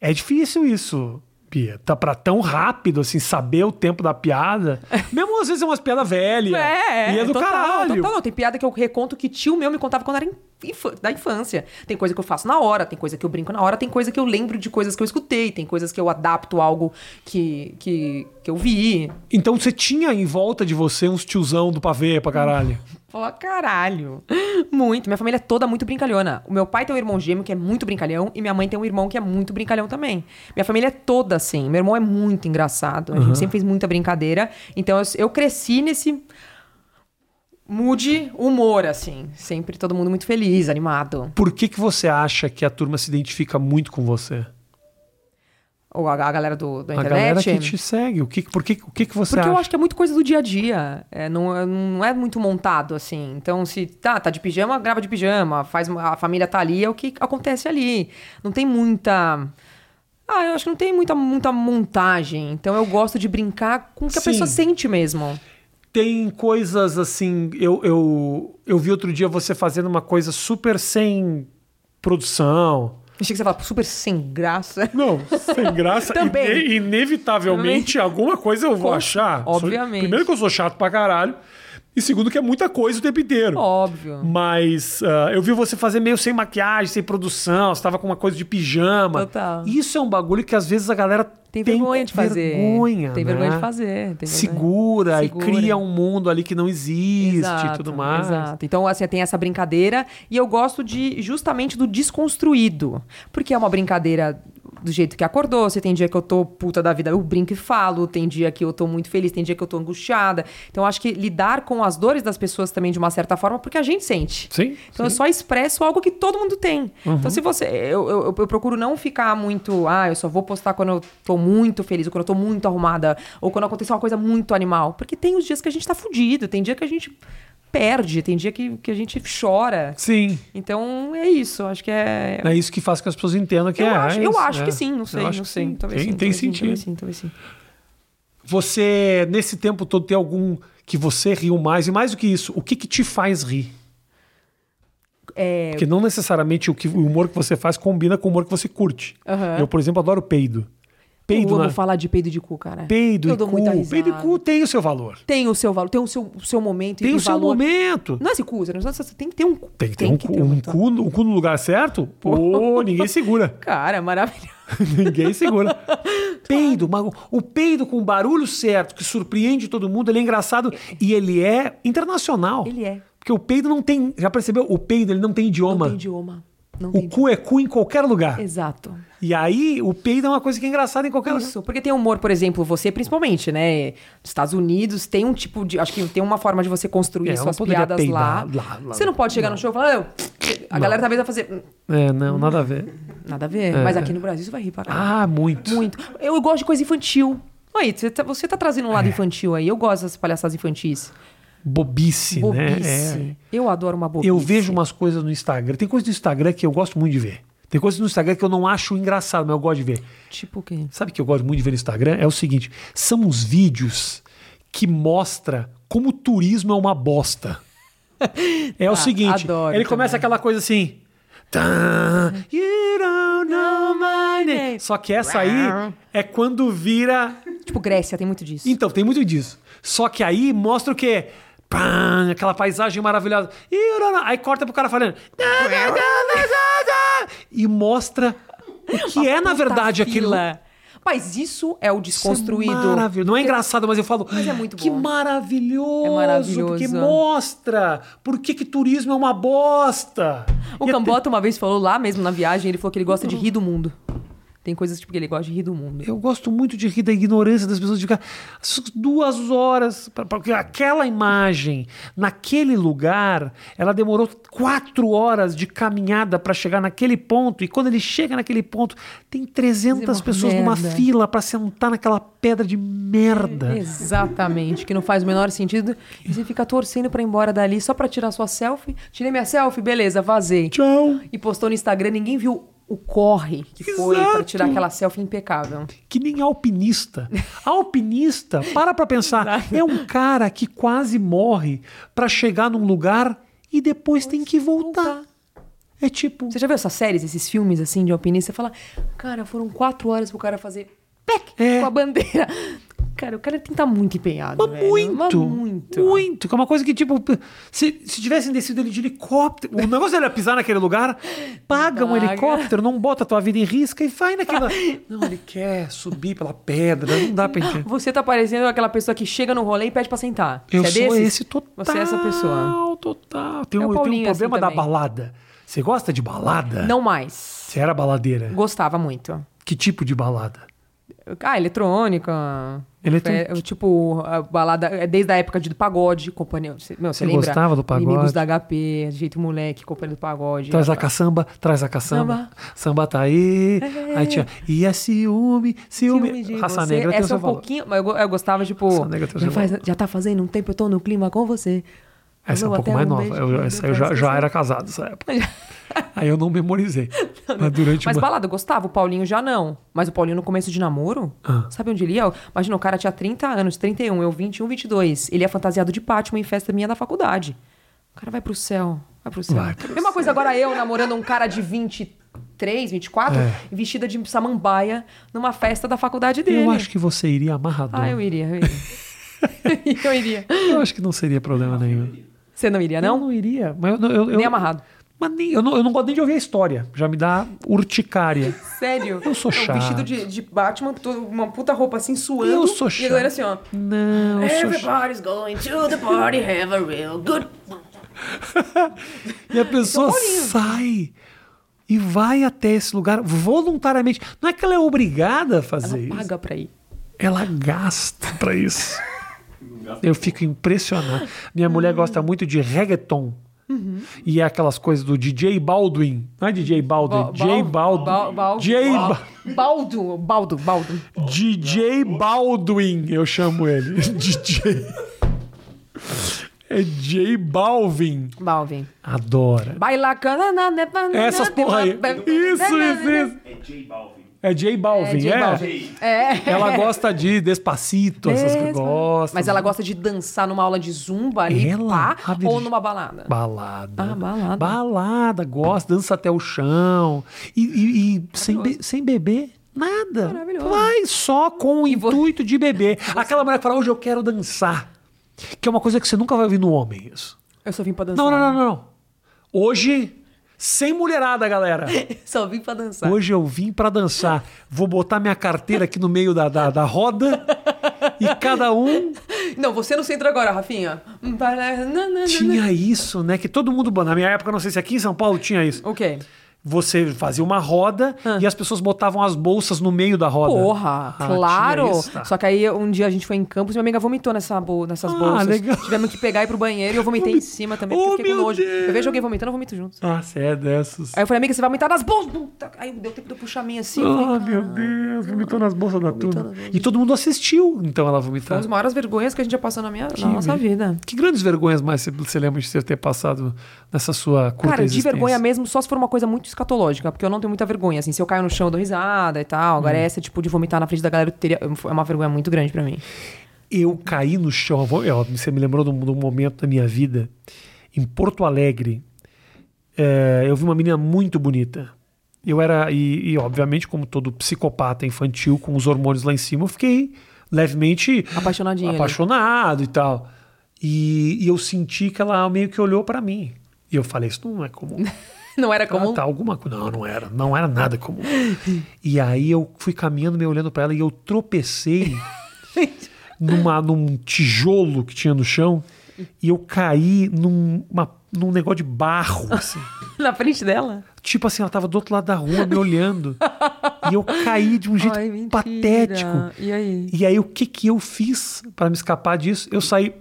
[SPEAKER 1] É difícil isso, Bia. Tá pra tão rápido, assim, saber o tempo da piada. Mesmo às vezes é umas piadas velhas.
[SPEAKER 2] É,
[SPEAKER 1] E é do
[SPEAKER 2] total,
[SPEAKER 1] caralho.
[SPEAKER 2] Total, tem piada que eu reconto que tio meu me contava quando era infa- da infância. Tem coisa que eu faço na hora, tem coisa que eu brinco na hora, tem coisa que eu lembro de coisas que eu escutei, tem coisas que eu adapto a algo que, que, que eu vi.
[SPEAKER 1] Então, você tinha em volta de você uns tiozão do pavê pra caralho.
[SPEAKER 2] Fala, caralho. Muito. Minha família é toda muito brincalhona. O meu pai tem um irmão gêmeo que é muito brincalhão e minha mãe tem um irmão que é muito brincalhão também. Minha família é toda assim. Meu irmão é muito engraçado. A gente sempre fez muita brincadeira. Então eu, eu cresci nesse mood humor, assim. Sempre todo mundo muito feliz, animado.
[SPEAKER 1] Por que, que você acha que a turma se identifica muito com você?
[SPEAKER 2] Ou a, a galera do, da
[SPEAKER 1] a
[SPEAKER 2] internet.
[SPEAKER 1] galera que te segue. O que, por que, o que, que você
[SPEAKER 2] Porque
[SPEAKER 1] acha?
[SPEAKER 2] eu acho que é muito coisa do dia a dia. É, não, é- não é muito montado, assim. Então, se tá, tá de pijama, grava de pijama. Faz, uma- a família tá ali, é o que acontece ali. Não tem muita. Ah, eu acho que não tem muita, muita montagem. Então eu gosto de brincar com o que a
[SPEAKER 1] Sim.
[SPEAKER 2] pessoa sente mesmo.
[SPEAKER 1] Tem coisas assim. Eu, eu, eu vi outro dia você fazendo uma coisa super sem produção.
[SPEAKER 2] Achei que você fala super sem graça.
[SPEAKER 1] Não, sem graça.
[SPEAKER 2] Também.
[SPEAKER 1] Ine- inevitavelmente, alguma coisa eu vou
[SPEAKER 2] Com-
[SPEAKER 1] achar. Sou-
[SPEAKER 2] obviamente.
[SPEAKER 1] primeiro que eu sou chato pra caralho. E segundo que é muita coisa o tempo inteiro.
[SPEAKER 2] Óbvio.
[SPEAKER 1] Mas ah, eu vi você fazer meio sem maquiagem, sem produção, você tava com uma coisa de pijama.
[SPEAKER 2] Total.
[SPEAKER 1] Isso é um bagulho que às vezes a galera
[SPEAKER 2] Tem vergonha de fazer.
[SPEAKER 1] vergonha,
[SPEAKER 2] Tem vergonha
[SPEAKER 1] né?
[SPEAKER 2] de fazer. tem vergonha.
[SPEAKER 1] Segura,
[SPEAKER 2] Segura.
[SPEAKER 1] e cria um mundo ali que não existe e
[SPEAKER 2] Exato,
[SPEAKER 1] tudo mais.
[SPEAKER 2] Exato. Então, assim, tem essa brincadeira e eu gosto de justamente do desconstruído. Porque é uma brincadeira do jeito que acordou. Você tem dia que eu tô puta da vida, eu brinco e falo. Tem dia que eu tô muito feliz, tem dia que eu tô angustiada. Então, eu acho que lidar com as dores das pessoas também de uma certa forma, porque a gente sente.
[SPEAKER 1] Sim. Uhum.
[SPEAKER 2] Então eu só expresso algo que todo mundo tem. Então se você. Eu, eu, eu procuro não ficar muito. Ah, eu só vou postar quando eu tô muito feliz, ou quando eu tô muito arrumada, ou quando aconteceu uma coisa muito animal. Porque tem os dias que a gente tá fudido, tem dia que a gente perde, tem dia que, que a gente chora.
[SPEAKER 1] Sim.
[SPEAKER 2] Então é isso. Acho que é.
[SPEAKER 1] É isso que faz que as pessoas entendam que
[SPEAKER 2] eu
[SPEAKER 1] é.
[SPEAKER 2] acho,
[SPEAKER 1] é
[SPEAKER 2] eu
[SPEAKER 1] isso,
[SPEAKER 2] acho
[SPEAKER 1] né?
[SPEAKER 2] que sim, não sei.
[SPEAKER 1] Eu acho
[SPEAKER 2] não
[SPEAKER 1] que
[SPEAKER 2] sei,
[SPEAKER 1] sim.
[SPEAKER 2] Talvez
[SPEAKER 1] tem tem
[SPEAKER 2] sim, talvez sim,
[SPEAKER 1] sentido.
[SPEAKER 2] Talvez sim, talvez sim.
[SPEAKER 1] Você, nesse tempo todo, tem algum que você riu mais? E mais do que isso, o que, que te faz rir?
[SPEAKER 2] É,
[SPEAKER 1] Porque não necessariamente o, que, o humor que você faz combina com o humor que você curte.
[SPEAKER 2] Aham.
[SPEAKER 1] Eu, por exemplo, adoro peido. Peido,
[SPEAKER 2] eu amo
[SPEAKER 1] né?
[SPEAKER 2] falar de peido de cu, cara.
[SPEAKER 1] Peido
[SPEAKER 2] eu
[SPEAKER 1] e
[SPEAKER 2] dou
[SPEAKER 1] cu.
[SPEAKER 2] muita risada.
[SPEAKER 1] Peido e cu tem o seu valor.
[SPEAKER 2] Tem o seu valor, tem o seu, o seu momento e
[SPEAKER 1] Tem o seu
[SPEAKER 2] valor.
[SPEAKER 1] momento.
[SPEAKER 2] Não é esse cu, você não- você tem que ter um cu.
[SPEAKER 1] Tem que ter, um, cu, um, cu, no- um cu no lugar certo? Pô, ninguém segura.
[SPEAKER 2] Cara, é maravilhoso.
[SPEAKER 1] Ninguém segura. Peido, mas o peido com o barulho certo, que surpreende todo mundo, ele é engraçado e ele é internacional.
[SPEAKER 2] Ele é.
[SPEAKER 1] Porque o peido não tem. Já percebeu? O peido ele não tem idioma.
[SPEAKER 2] Não tem idioma. Não tem
[SPEAKER 1] O cu é cu em qualquer lugar.
[SPEAKER 2] Exato.
[SPEAKER 1] E aí, o peido é uma coisa que é engraçada em qualquer lugar.
[SPEAKER 2] Isso, porque tem humor, por exemplo, você principalmente, né? Nos Estados Unidos tem um tipo de. Acho que tem uma forma de você construir
[SPEAKER 1] É, eu não
[SPEAKER 2] suas
[SPEAKER 1] poderia
[SPEAKER 2] piadas lá.
[SPEAKER 1] peidar lá, lá.
[SPEAKER 2] Você não pode chegar no show e falar. "Ah, A galera talvez vai fazer. "Hum,
[SPEAKER 1] É, não, nada a ver.
[SPEAKER 2] Nada a ver. Mas aqui no Brasil você vai rir pra caralho.
[SPEAKER 1] É. Ah, muito.
[SPEAKER 2] Muito. Eu gosto de coisa infantil. Aí, você tá, você tá trazendo um
[SPEAKER 1] É.
[SPEAKER 2] lado infantil aí. Eu gosto dessas palhaçadas infantis.
[SPEAKER 1] Bobice,
[SPEAKER 2] Bobice.
[SPEAKER 1] né? É.
[SPEAKER 2] Eu adoro uma bobice.
[SPEAKER 1] Eu vejo umas coisas no Instagram. Tem coisas no Instagram que eu gosto muito de ver. Tem coisas no Instagram que eu não acho engraçado, mas eu gosto de ver.
[SPEAKER 2] Tipo o quê?
[SPEAKER 1] Sabe o que eu gosto muito de ver no Instagram? É o seguinte: são os vídeos que mostra como o turismo é uma bosta. É o
[SPEAKER 2] Ah,
[SPEAKER 1] seguinte,
[SPEAKER 2] adoro
[SPEAKER 1] ele começa
[SPEAKER 2] também.
[SPEAKER 1] aquela coisa assim. "Tá, You don't know my name. Só que essa aí é quando vira.
[SPEAKER 2] Tipo Grécia, tem muito disso.
[SPEAKER 1] Então, tem muito disso. Só que aí mostra o quê? Pam, aquela paisagem maravilhosa. You don't know- Aí corta pro cara falando. "Tá, tá, tá, tá, tá, tá", E mostra o que é, na
[SPEAKER 2] Puta
[SPEAKER 1] verdade, aquilo.
[SPEAKER 2] fila. Mas isso é o desconstruído.
[SPEAKER 1] Isso é maravilhoso. Não é engraçado, mas eu falo.
[SPEAKER 2] Mas é muito
[SPEAKER 1] que
[SPEAKER 2] bom.
[SPEAKER 1] maravilhoso.
[SPEAKER 2] É maravilhoso.
[SPEAKER 1] Porque mostra por que, que turismo é uma bosta.
[SPEAKER 2] O
[SPEAKER 1] E é-
[SPEAKER 2] Cambota uma vez falou lá mesmo na viagem, ele falou que ele gosta de rir do mundo. Tem coisas tipo que ele gosta de rir do mundo.
[SPEAKER 1] Eu gosto muito de rir da ignorância das pessoas de ficar as pessoas- duas horas. pra- pra- Porque aquela imagem, naquele lugar, ela demorou quatro horas de caminhada para chegar naquele ponto. E quando ele chega naquele ponto, tem 300
[SPEAKER 2] é Uma
[SPEAKER 1] pessoas numa
[SPEAKER 2] merda. É,
[SPEAKER 1] fila para sentar naquela pedra de merda.
[SPEAKER 2] Exatamente, que não faz o menor sentido. E você fica torcendo pra ir embora dali só pra tirar sua selfie. Tirei minha selfie, beleza, vazei.
[SPEAKER 1] Tchau.
[SPEAKER 2] E postou no Instagram, ninguém viu o corre que foi pra
[SPEAKER 1] Exato.
[SPEAKER 2] tirar aquela selfie impecável.
[SPEAKER 1] que nem alpinista. Alpinista, para pra pensar, é um cara que quase morre pra chegar num lugar e depois tem que voltar. É tipo,
[SPEAKER 2] Você já viu essas séries, esses filmes assim de alpinista? Você fala, cara, foram quatro horas pro cara fazer plec,
[SPEAKER 1] É.
[SPEAKER 2] com a bandeira. Cara, o cara tem que estar muito empenhado.
[SPEAKER 1] mas
[SPEAKER 2] velho. Mas
[SPEAKER 1] muito,
[SPEAKER 2] muito.
[SPEAKER 1] muito, que é uma coisa que tipo, se, se tivessem descido ele de helicóptero, o negócio era pisar naquele lugar, paga, um
[SPEAKER 2] Paga.
[SPEAKER 1] helicóptero, não bota tua vida em risco e vai naquela... não, ele quer subir pela pedra, não dá pra entender.
[SPEAKER 2] Você tá parecendo aquela pessoa que chega no rolê e pede pra sentar.
[SPEAKER 1] Eu
[SPEAKER 2] Você é
[SPEAKER 1] sou
[SPEAKER 2] desses?
[SPEAKER 1] esse total.
[SPEAKER 2] Você é essa pessoa.
[SPEAKER 1] Total. Tem
[SPEAKER 2] É o
[SPEAKER 1] um, tem um
[SPEAKER 2] Paulinho, assim,
[SPEAKER 1] problema da
[SPEAKER 2] também.
[SPEAKER 1] balada. Você gosta de balada?
[SPEAKER 2] Não mais.
[SPEAKER 1] Você era baladeira?
[SPEAKER 2] Gostava muito.
[SPEAKER 1] Que tipo de balada?
[SPEAKER 2] Ah, eletrônica.
[SPEAKER 1] Eletrônica.
[SPEAKER 2] É, tipo, a balada. é Desde a época de- do pagode, companhia. Você, meu, você
[SPEAKER 1] Você
[SPEAKER 2] lembra?
[SPEAKER 1] gostava do pagode? Então,
[SPEAKER 2] Inimigos da HP, Jeito Moleque, Companhia do Pagode.
[SPEAKER 1] Traz a caçamba, traz a caçamba. Samba, tá aí. Aí tinha. E é ciúme, ciúme.
[SPEAKER 2] Filme de
[SPEAKER 1] Raça
[SPEAKER 2] você.
[SPEAKER 1] negra tem o
[SPEAKER 2] Essa é
[SPEAKER 1] seu
[SPEAKER 2] um
[SPEAKER 1] valor.
[SPEAKER 2] pouquinho. Mas eu, go- eu gostava, tipo.
[SPEAKER 1] Raça Negra tem o
[SPEAKER 2] já,
[SPEAKER 1] seu
[SPEAKER 2] faz- já tá fazendo um tempo, eu tô no clima com você.
[SPEAKER 1] Essa é um
[SPEAKER 2] Valeu,
[SPEAKER 1] pouco mais
[SPEAKER 2] até um
[SPEAKER 1] nova.
[SPEAKER 2] beijo,
[SPEAKER 1] Eu, essa eu
[SPEAKER 2] até
[SPEAKER 1] já,
[SPEAKER 2] esqueci.
[SPEAKER 1] já era casado nessa época. Aí eu não memorizei. Mas durante
[SPEAKER 2] Mas
[SPEAKER 1] uma...
[SPEAKER 2] balada, eu gostava. O Paulinho já não. Mas o Paulinho no começo de namoro,
[SPEAKER 1] Ah.
[SPEAKER 2] sabe onde ele ia? Imagina, o cara tinha 30 anos, 31, eu 21, 22. Ele ia fantasiado de Batman em festa minha da faculdade. O cara vai pro céu. Vai pro céu.
[SPEAKER 1] Vai pro
[SPEAKER 2] Mesma coisa agora eu namorando um cara de 23, 24,
[SPEAKER 1] É.
[SPEAKER 2] vestida de samambaia numa festa da faculdade dele.
[SPEAKER 1] Eu acho que você iria amarrador.
[SPEAKER 2] Ah, eu iria, eu iria. eu iria.
[SPEAKER 1] Eu acho que não seria problema nenhum.
[SPEAKER 2] Você não iria,
[SPEAKER 1] Eu
[SPEAKER 2] não?
[SPEAKER 1] não iria. Mas eu, eu, eu-
[SPEAKER 2] Nem amarrado.
[SPEAKER 1] Mas nem, eu, não, eu não gosto nem de ouvir a história. Já me dá urticária.
[SPEAKER 2] Sério?
[SPEAKER 1] Eu sou
[SPEAKER 2] Não,
[SPEAKER 1] chato.
[SPEAKER 2] Vestido de, de Batman, todo- uma puta roupa assim suando.
[SPEAKER 1] Eu sou
[SPEAKER 2] E
[SPEAKER 1] chato.
[SPEAKER 2] a galera assim, ó.
[SPEAKER 1] Não, eu sou
[SPEAKER 4] Everybody's going to the party, have a real good
[SPEAKER 1] E a pessoa sai e vai até esse lugar voluntariamente. Não é que ela é obrigada a fazer isso.
[SPEAKER 2] Paga assim, pra ir.
[SPEAKER 1] Ela gasta pra isso. Eu fico impressionado. Minha mulher gosta muito de reggaeton. E é aquelas coisas do DJ Baldwin. Não é DJ Baldwin, J Baldwin. J Ba-
[SPEAKER 2] Baldo. Baldo, Baldo.
[SPEAKER 1] DJ Baldwin, eu chamo ele. DJ. É J Balvin.
[SPEAKER 2] Balvin.
[SPEAKER 1] Adora.
[SPEAKER 2] Baila canana, né,
[SPEAKER 1] Essas porra aí. Isso, isso, isso.
[SPEAKER 3] É J Balvin.
[SPEAKER 1] É J Balvin, é?
[SPEAKER 2] É, J Balvin. É.
[SPEAKER 1] Ela gosta de Despacito, essas que
[SPEAKER 2] Mesmo.
[SPEAKER 1] gostam.
[SPEAKER 2] Mas ela gosta de dançar numa aula de zumba ali,
[SPEAKER 1] Ela?
[SPEAKER 2] pá,
[SPEAKER 1] A Virgí-
[SPEAKER 2] ou numa balada.
[SPEAKER 1] Balada.
[SPEAKER 2] Ah, balada.
[SPEAKER 1] Balada, gosta, dança até o chão. E, e- e sem, be- sem beber, nada.
[SPEAKER 2] Maravilhoso.
[SPEAKER 1] Vai só com o
[SPEAKER 2] E vo-
[SPEAKER 1] intuito de beber. Aquela mulher que fala, hoje eu quero dançar. Que é uma coisa que você nunca vai ouvir no homem, isso.
[SPEAKER 2] Eu só vim pra dançar.
[SPEAKER 1] Não, não, não, não. não. Hoje, sem mulherada, galera.
[SPEAKER 2] Só vim pra dançar.
[SPEAKER 1] Hoje eu vim pra dançar. Vou botar minha carteira aqui no meio da, da, da roda e cada um
[SPEAKER 2] Não, você não centro agora, Rafinha. Baila- na, na, na, na.
[SPEAKER 1] tinha isso, né? Que todo mundo, na minha época, não sei se aqui em São Paulo tinha isso.
[SPEAKER 2] O quê?
[SPEAKER 1] Você fazia uma roda e as pessoas botavam as bolsas no meio da roda.
[SPEAKER 2] Ah. Porra,
[SPEAKER 1] Ah,
[SPEAKER 2] claro.
[SPEAKER 1] tinha isso, tá.
[SPEAKER 2] Só que aí um dia a gente foi em campos e minha amiga vomitou nessa bol- nessas
[SPEAKER 1] Ah,
[SPEAKER 2] bolsas.
[SPEAKER 1] legal.
[SPEAKER 2] Tivemos que pegar e ir pro banheiro e eu vomitei em cima também, porque
[SPEAKER 1] Oh,
[SPEAKER 2] eu fiquei com
[SPEAKER 1] meu
[SPEAKER 2] nojo. Eu
[SPEAKER 1] Deus.
[SPEAKER 2] vejo alguém vomitando, eu vomito junto.
[SPEAKER 1] Ah, você é dessas.
[SPEAKER 2] Aí eu falei, amiga, você vai vomitar nas bolsas. Puta, Aí deu tempo de eu puxar a minha assim. eu
[SPEAKER 1] Ah,
[SPEAKER 2] falei,
[SPEAKER 1] meu Deus, vomitou nas bolsas da turma.
[SPEAKER 2] nas
[SPEAKER 1] E todo mundo assistiu, então, ela
[SPEAKER 2] Foi
[SPEAKER 1] vomitar.
[SPEAKER 2] uma das maiores vergonhas que a gente já passou na, minha, na nossa vida.
[SPEAKER 1] Que grandes vergonhas mais você- você lembra de você ter passado nessa sua curta
[SPEAKER 2] Cara, de
[SPEAKER 1] existência?
[SPEAKER 2] vergonha mesmo, só se for uma coisa muito escatológica, porque eu não tenho muita vergonha. Assim, se eu caio no chão, eu dou risada e tal.
[SPEAKER 1] Hum.
[SPEAKER 2] Agora, essa, tipo, de vomitar na frente da galera, eu teria- é uma vergonha muito grande pra mim.
[SPEAKER 1] Eu caí no chão. Eu vou- eu- Você me lembrou de um, de um momento da minha vida em Porto Alegre. É, eu vi uma menina muito bonita. Eu era, e, e, obviamente, como todo psicopata infantil, com os hormônios lá em cima, eu fiquei levemente
[SPEAKER 2] Apaixonadinho né? ali.
[SPEAKER 1] apaixonado e tal. E, e eu senti que ela meio que olhou pra mim. E eu falei: Isso não é comum.
[SPEAKER 2] Não era
[SPEAKER 1] Tá,
[SPEAKER 2] comum.
[SPEAKER 1] tá, alguma coisa. Não, não era. Não era nada comum. e aí eu fui caminhando, me olhando pra ela e eu tropecei numa, num tijolo que tinha no chão e eu caí num, uma- num negócio de barro, assim.
[SPEAKER 2] Na frente dela?
[SPEAKER 1] Tipo assim, ela tava do outro lado da rua me olhando. e E eu caí de um jeito
[SPEAKER 2] Ai, mentira.
[SPEAKER 1] patético.
[SPEAKER 2] E aí?
[SPEAKER 1] E aí, o que que eu fiz pra me escapar disso? Eu saí.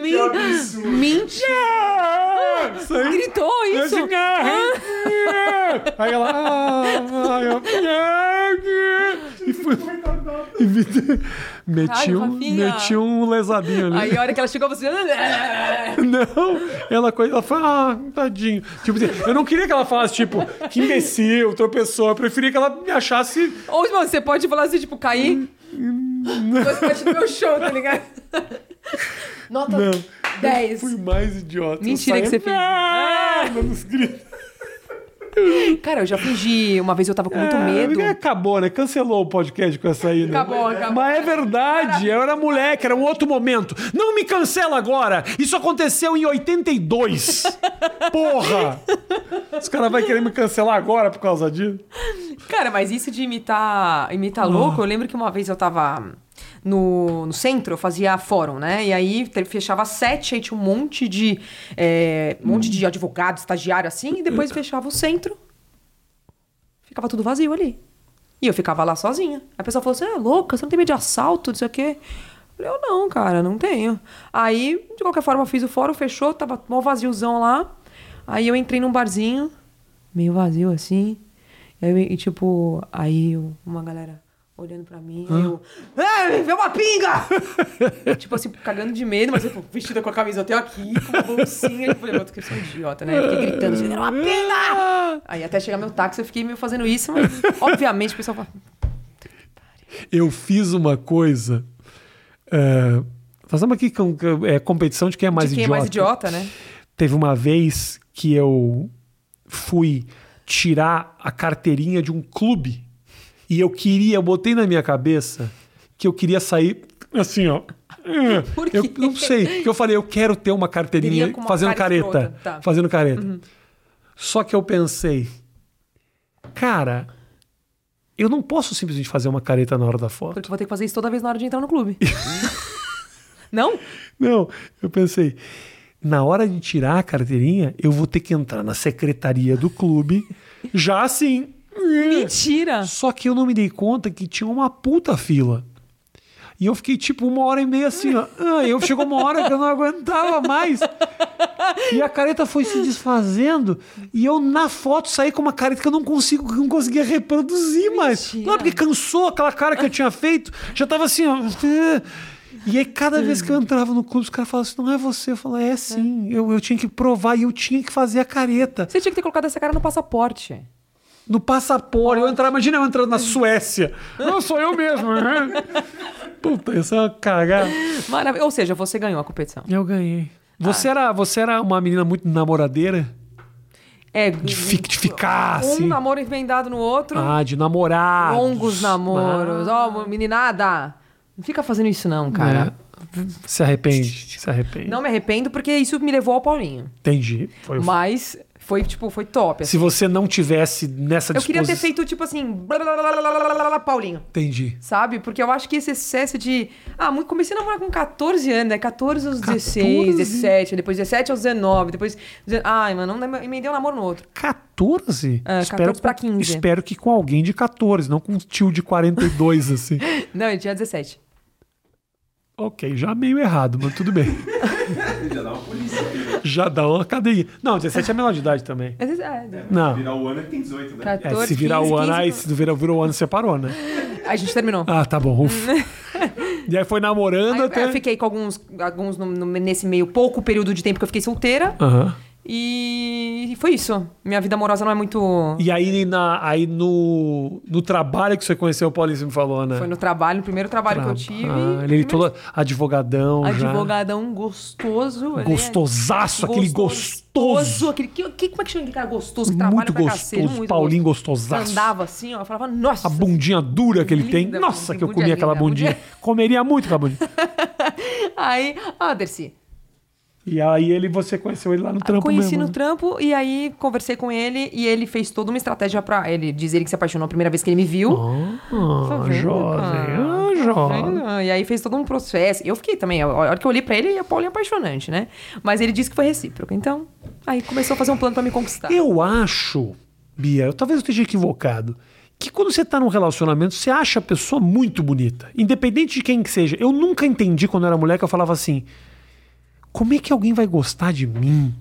[SPEAKER 2] Me- Mentira! Gritou isso?
[SPEAKER 1] "Ah." Aí ela. "Ah", aí eu, E fui. E me- meti,
[SPEAKER 2] Ai,
[SPEAKER 1] um,
[SPEAKER 2] Rafinha.
[SPEAKER 1] meti um lesadinho ali.
[SPEAKER 2] Aí a hora que ela chegou, você... "Ah."
[SPEAKER 1] Não, ela, coi- ela falou, ah, tadinho. Tipo, assim, eu não queria que ela falasse, tipo, que imbecil, tropeçou. Eu preferia que ela me achasse.
[SPEAKER 2] Ou, mano, você pode falar assim, tipo, cair... Dois parte do meu show, tá ligado? Nota
[SPEAKER 1] Não.
[SPEAKER 2] 10.
[SPEAKER 1] Fui o mais idiota.
[SPEAKER 2] Mentira
[SPEAKER 1] eu
[SPEAKER 2] que
[SPEAKER 1] saí,
[SPEAKER 2] você fez.
[SPEAKER 1] "Ah", dando os gritos.
[SPEAKER 2] Cara, eu já fingi. Uma vez eu tava com muito
[SPEAKER 1] Ah,
[SPEAKER 2] medo.
[SPEAKER 1] Acabou, né? Cancelou o podcast com essa aí, né?
[SPEAKER 2] Acabou, acabou.
[SPEAKER 1] Mas é verdade, eu era moleque, era um outro momento. Não me cancela agora! Isso aconteceu em 82! Porra! Os caras vão querer me cancelar agora por causa disso?
[SPEAKER 2] Cara, mas isso de imitar, imitar louco, eu lembro que uma vez eu tava no, no centro, eu fazia fórum, né? E aí te- fechava às sete, aí tinha um monte de. é, um monte de advogado, estagiário, assim, e depois fechava o centro. Ficava tudo vazio ali. E eu ficava lá sozinha. Aí a pessoa falou: você é louca, você não tem medo de assalto, não sei o quê. Eu falei, eu não, cara, não tenho. Aí, de qualquer forma, eu fiz o fórum, fechou, tava mó vaziozão lá. Aí eu entrei num barzinho, meio vazio assim. E, aí, e, tipo, aí eu- uma galera olhando pra mim, aí eu. Ei, vê uma pinga! Eu, tipo assim, cagando de medo, mas tipo, vestida com a camisa até aqui, com uma bolsinha. Eu falei, mano, que eu sou idiota, né? Eu Fiquei gritando, "Você era uma pinga! Aí até chegar meu táxi, eu fiquei meio fazendo isso, mas obviamente o pessoal fala.
[SPEAKER 1] eu fiz uma coisa. é, fazemos aqui com- é, competição de quem é mais
[SPEAKER 2] de quem é mais idiota, né?
[SPEAKER 1] Teve uma vez que eu fui tirar a carteirinha de um clube e eu queria, eu botei na minha cabeça que eu queria sair assim, ó.
[SPEAKER 2] Por quê?
[SPEAKER 1] Eu não sei, porque eu falei, eu quero ter uma carteirinha
[SPEAKER 2] Queria com uma
[SPEAKER 1] fazendo
[SPEAKER 2] cara escrota,
[SPEAKER 1] careta.
[SPEAKER 2] tá.
[SPEAKER 1] Fazendo careta. Só que eu pensei, cara, eu não posso simplesmente fazer uma careta na hora da foto.
[SPEAKER 2] Porque eu vou ter que fazer isso toda vez na hora de entrar no clube. não?
[SPEAKER 1] Não, eu pensei, na hora de tirar a carteirinha, eu vou ter que entrar na secretaria do clube, já assim.
[SPEAKER 2] Mentira!
[SPEAKER 1] Só que eu não me dei conta que tinha uma puta fila. E eu fiquei tipo uma hora e meia assim, ó. Ah, eu chegou uma hora que eu não aguentava mais. E a careta foi se desfazendo. E eu, na foto, saí com uma careta que eu não consigo, que eu não conseguia reproduzir mais.
[SPEAKER 2] Mentira.
[SPEAKER 1] Não, porque cansou aquela cara que eu tinha feito. Já tava assim, ó. E aí, cada vez que eu entrava no clube, os caras falavam assim: não é você. Eu falava, é sim. Eu, eu tinha que provar e eu tinha que fazer a careta.
[SPEAKER 2] Você tinha que ter colocado essa cara no passaporte.
[SPEAKER 1] No passaporte. Eu entrar, imagina eu entrando na Suécia. Não sou eu mesmo. né? Puta, isso é uma cagada.
[SPEAKER 2] Maravilha. Ou seja, você ganhou a competição.
[SPEAKER 1] Eu ganhei. Você,
[SPEAKER 2] Ah.
[SPEAKER 1] era, você era uma menina muito namoradeira?
[SPEAKER 2] É.
[SPEAKER 1] De, fi- de ficar,
[SPEAKER 2] um
[SPEAKER 1] assim.
[SPEAKER 2] namoro emendado no outro.
[SPEAKER 1] Ah, de namorar.
[SPEAKER 2] longos namoros.
[SPEAKER 1] Ah,
[SPEAKER 2] Ó, meninada, não fica fazendo isso não, cara.
[SPEAKER 1] é. Se arrepende, se arrepende.
[SPEAKER 2] Não me arrependo porque isso me levou ao Paulinho.
[SPEAKER 1] Entendi. Foi-
[SPEAKER 2] Mas foi, tipo, foi top. assim.
[SPEAKER 1] Se você não tivesse nessa
[SPEAKER 2] Eu queria ter
[SPEAKER 1] disposição...
[SPEAKER 2] feito, tipo assim, blá, blá, blá, blá, blá, blá, blá, blá, Paulinho.
[SPEAKER 1] Entendi.
[SPEAKER 2] Sabe? Porque eu acho que esse excesso de. Ah, muito- comecei a namorar com 14 anos, né? 14 aos 16,
[SPEAKER 1] 14?
[SPEAKER 2] 17, depois 17 aos 19, depois. dezen- Ai, mano, não emendei um namoro no outro.
[SPEAKER 1] 14?
[SPEAKER 2] É, 14 pra 15.
[SPEAKER 1] Espero que com alguém de 14, não com um tio de 42, assim.
[SPEAKER 2] Não, eu tinha 17.
[SPEAKER 1] Ok, já meio errado, mas tudo bem.
[SPEAKER 3] Já dá uma polícia.
[SPEAKER 1] Já dá uma cadeirinha. Não, 17 é menor de idade também.
[SPEAKER 2] Mas, é,
[SPEAKER 1] Não.
[SPEAKER 3] Virar o ano ele tem 18, né?
[SPEAKER 1] É,
[SPEAKER 2] 14,
[SPEAKER 1] se virar
[SPEAKER 2] 15,
[SPEAKER 1] o ano,
[SPEAKER 2] 15,
[SPEAKER 1] aí se virar, virou o ano, separou, né?
[SPEAKER 2] A gente terminou.
[SPEAKER 1] Ah, tá bom. Ufa. e aí foi namorando
[SPEAKER 2] Aí, é,
[SPEAKER 1] até.
[SPEAKER 2] Eu fiquei com alguns, alguns no- no- nesse meio pouco período de tempo que eu fiquei solteira.
[SPEAKER 1] Aham.
[SPEAKER 2] E e foi isso. Minha vida amorosa não é muito.
[SPEAKER 1] E aí, na, aí no, no trabalho que você conheceu, o Paulinho você me falou, né?
[SPEAKER 2] Foi no trabalho, no primeiro trabalho que eu tive.
[SPEAKER 1] Ah, ele todo advogadão. já.
[SPEAKER 2] Advogadão gostoso. ele é-
[SPEAKER 1] Gostosaço, aquele gostoso.
[SPEAKER 2] Aquele, que, que- como é que chama aquele cara gostoso que trabalha
[SPEAKER 1] Muito
[SPEAKER 2] pra cacete?
[SPEAKER 1] gostoso. Paulinho gostosaço.
[SPEAKER 2] Andava assim, ó. eu Falava, nossa.
[SPEAKER 1] A bundinha dura que ele tem.
[SPEAKER 2] Linda,
[SPEAKER 1] Nossa,
[SPEAKER 2] bundinha,
[SPEAKER 1] que eu comia aquela bundinha.
[SPEAKER 2] bundinha linda,
[SPEAKER 1] Comeria muito aquela bundinha.
[SPEAKER 2] Aí, ah, Dercy.
[SPEAKER 1] e aí ele, você conheceu ele lá no trampo
[SPEAKER 2] Ah, Conheci
[SPEAKER 1] mesmo.
[SPEAKER 2] no
[SPEAKER 1] né?
[SPEAKER 2] trampo e aí conversei com ele e ele fez toda uma estratégia pra ele dizer que se apaixonou a primeira vez que ele me viu. Tá
[SPEAKER 1] Ah,
[SPEAKER 2] vendo,
[SPEAKER 1] jovem.
[SPEAKER 2] cara? Tá
[SPEAKER 1] Ah, jovem.
[SPEAKER 2] Vendo? E aí fez todo um é processo. Eu fiquei também, a hora que eu olhei pra ele, a Paulinha apaixonante, né? Mas ele disse que foi recíproco, então Aí começou a fazer um plano pra me conquistar.
[SPEAKER 1] Eu acho, Bia, eu- talvez eu esteja equivocado, que quando você tá num relacionamento, você acha a pessoa muito bonita. Independente de quem que seja. Eu nunca entendi quando eu era mulher que eu falava assim: como é que alguém vai gostar de mim?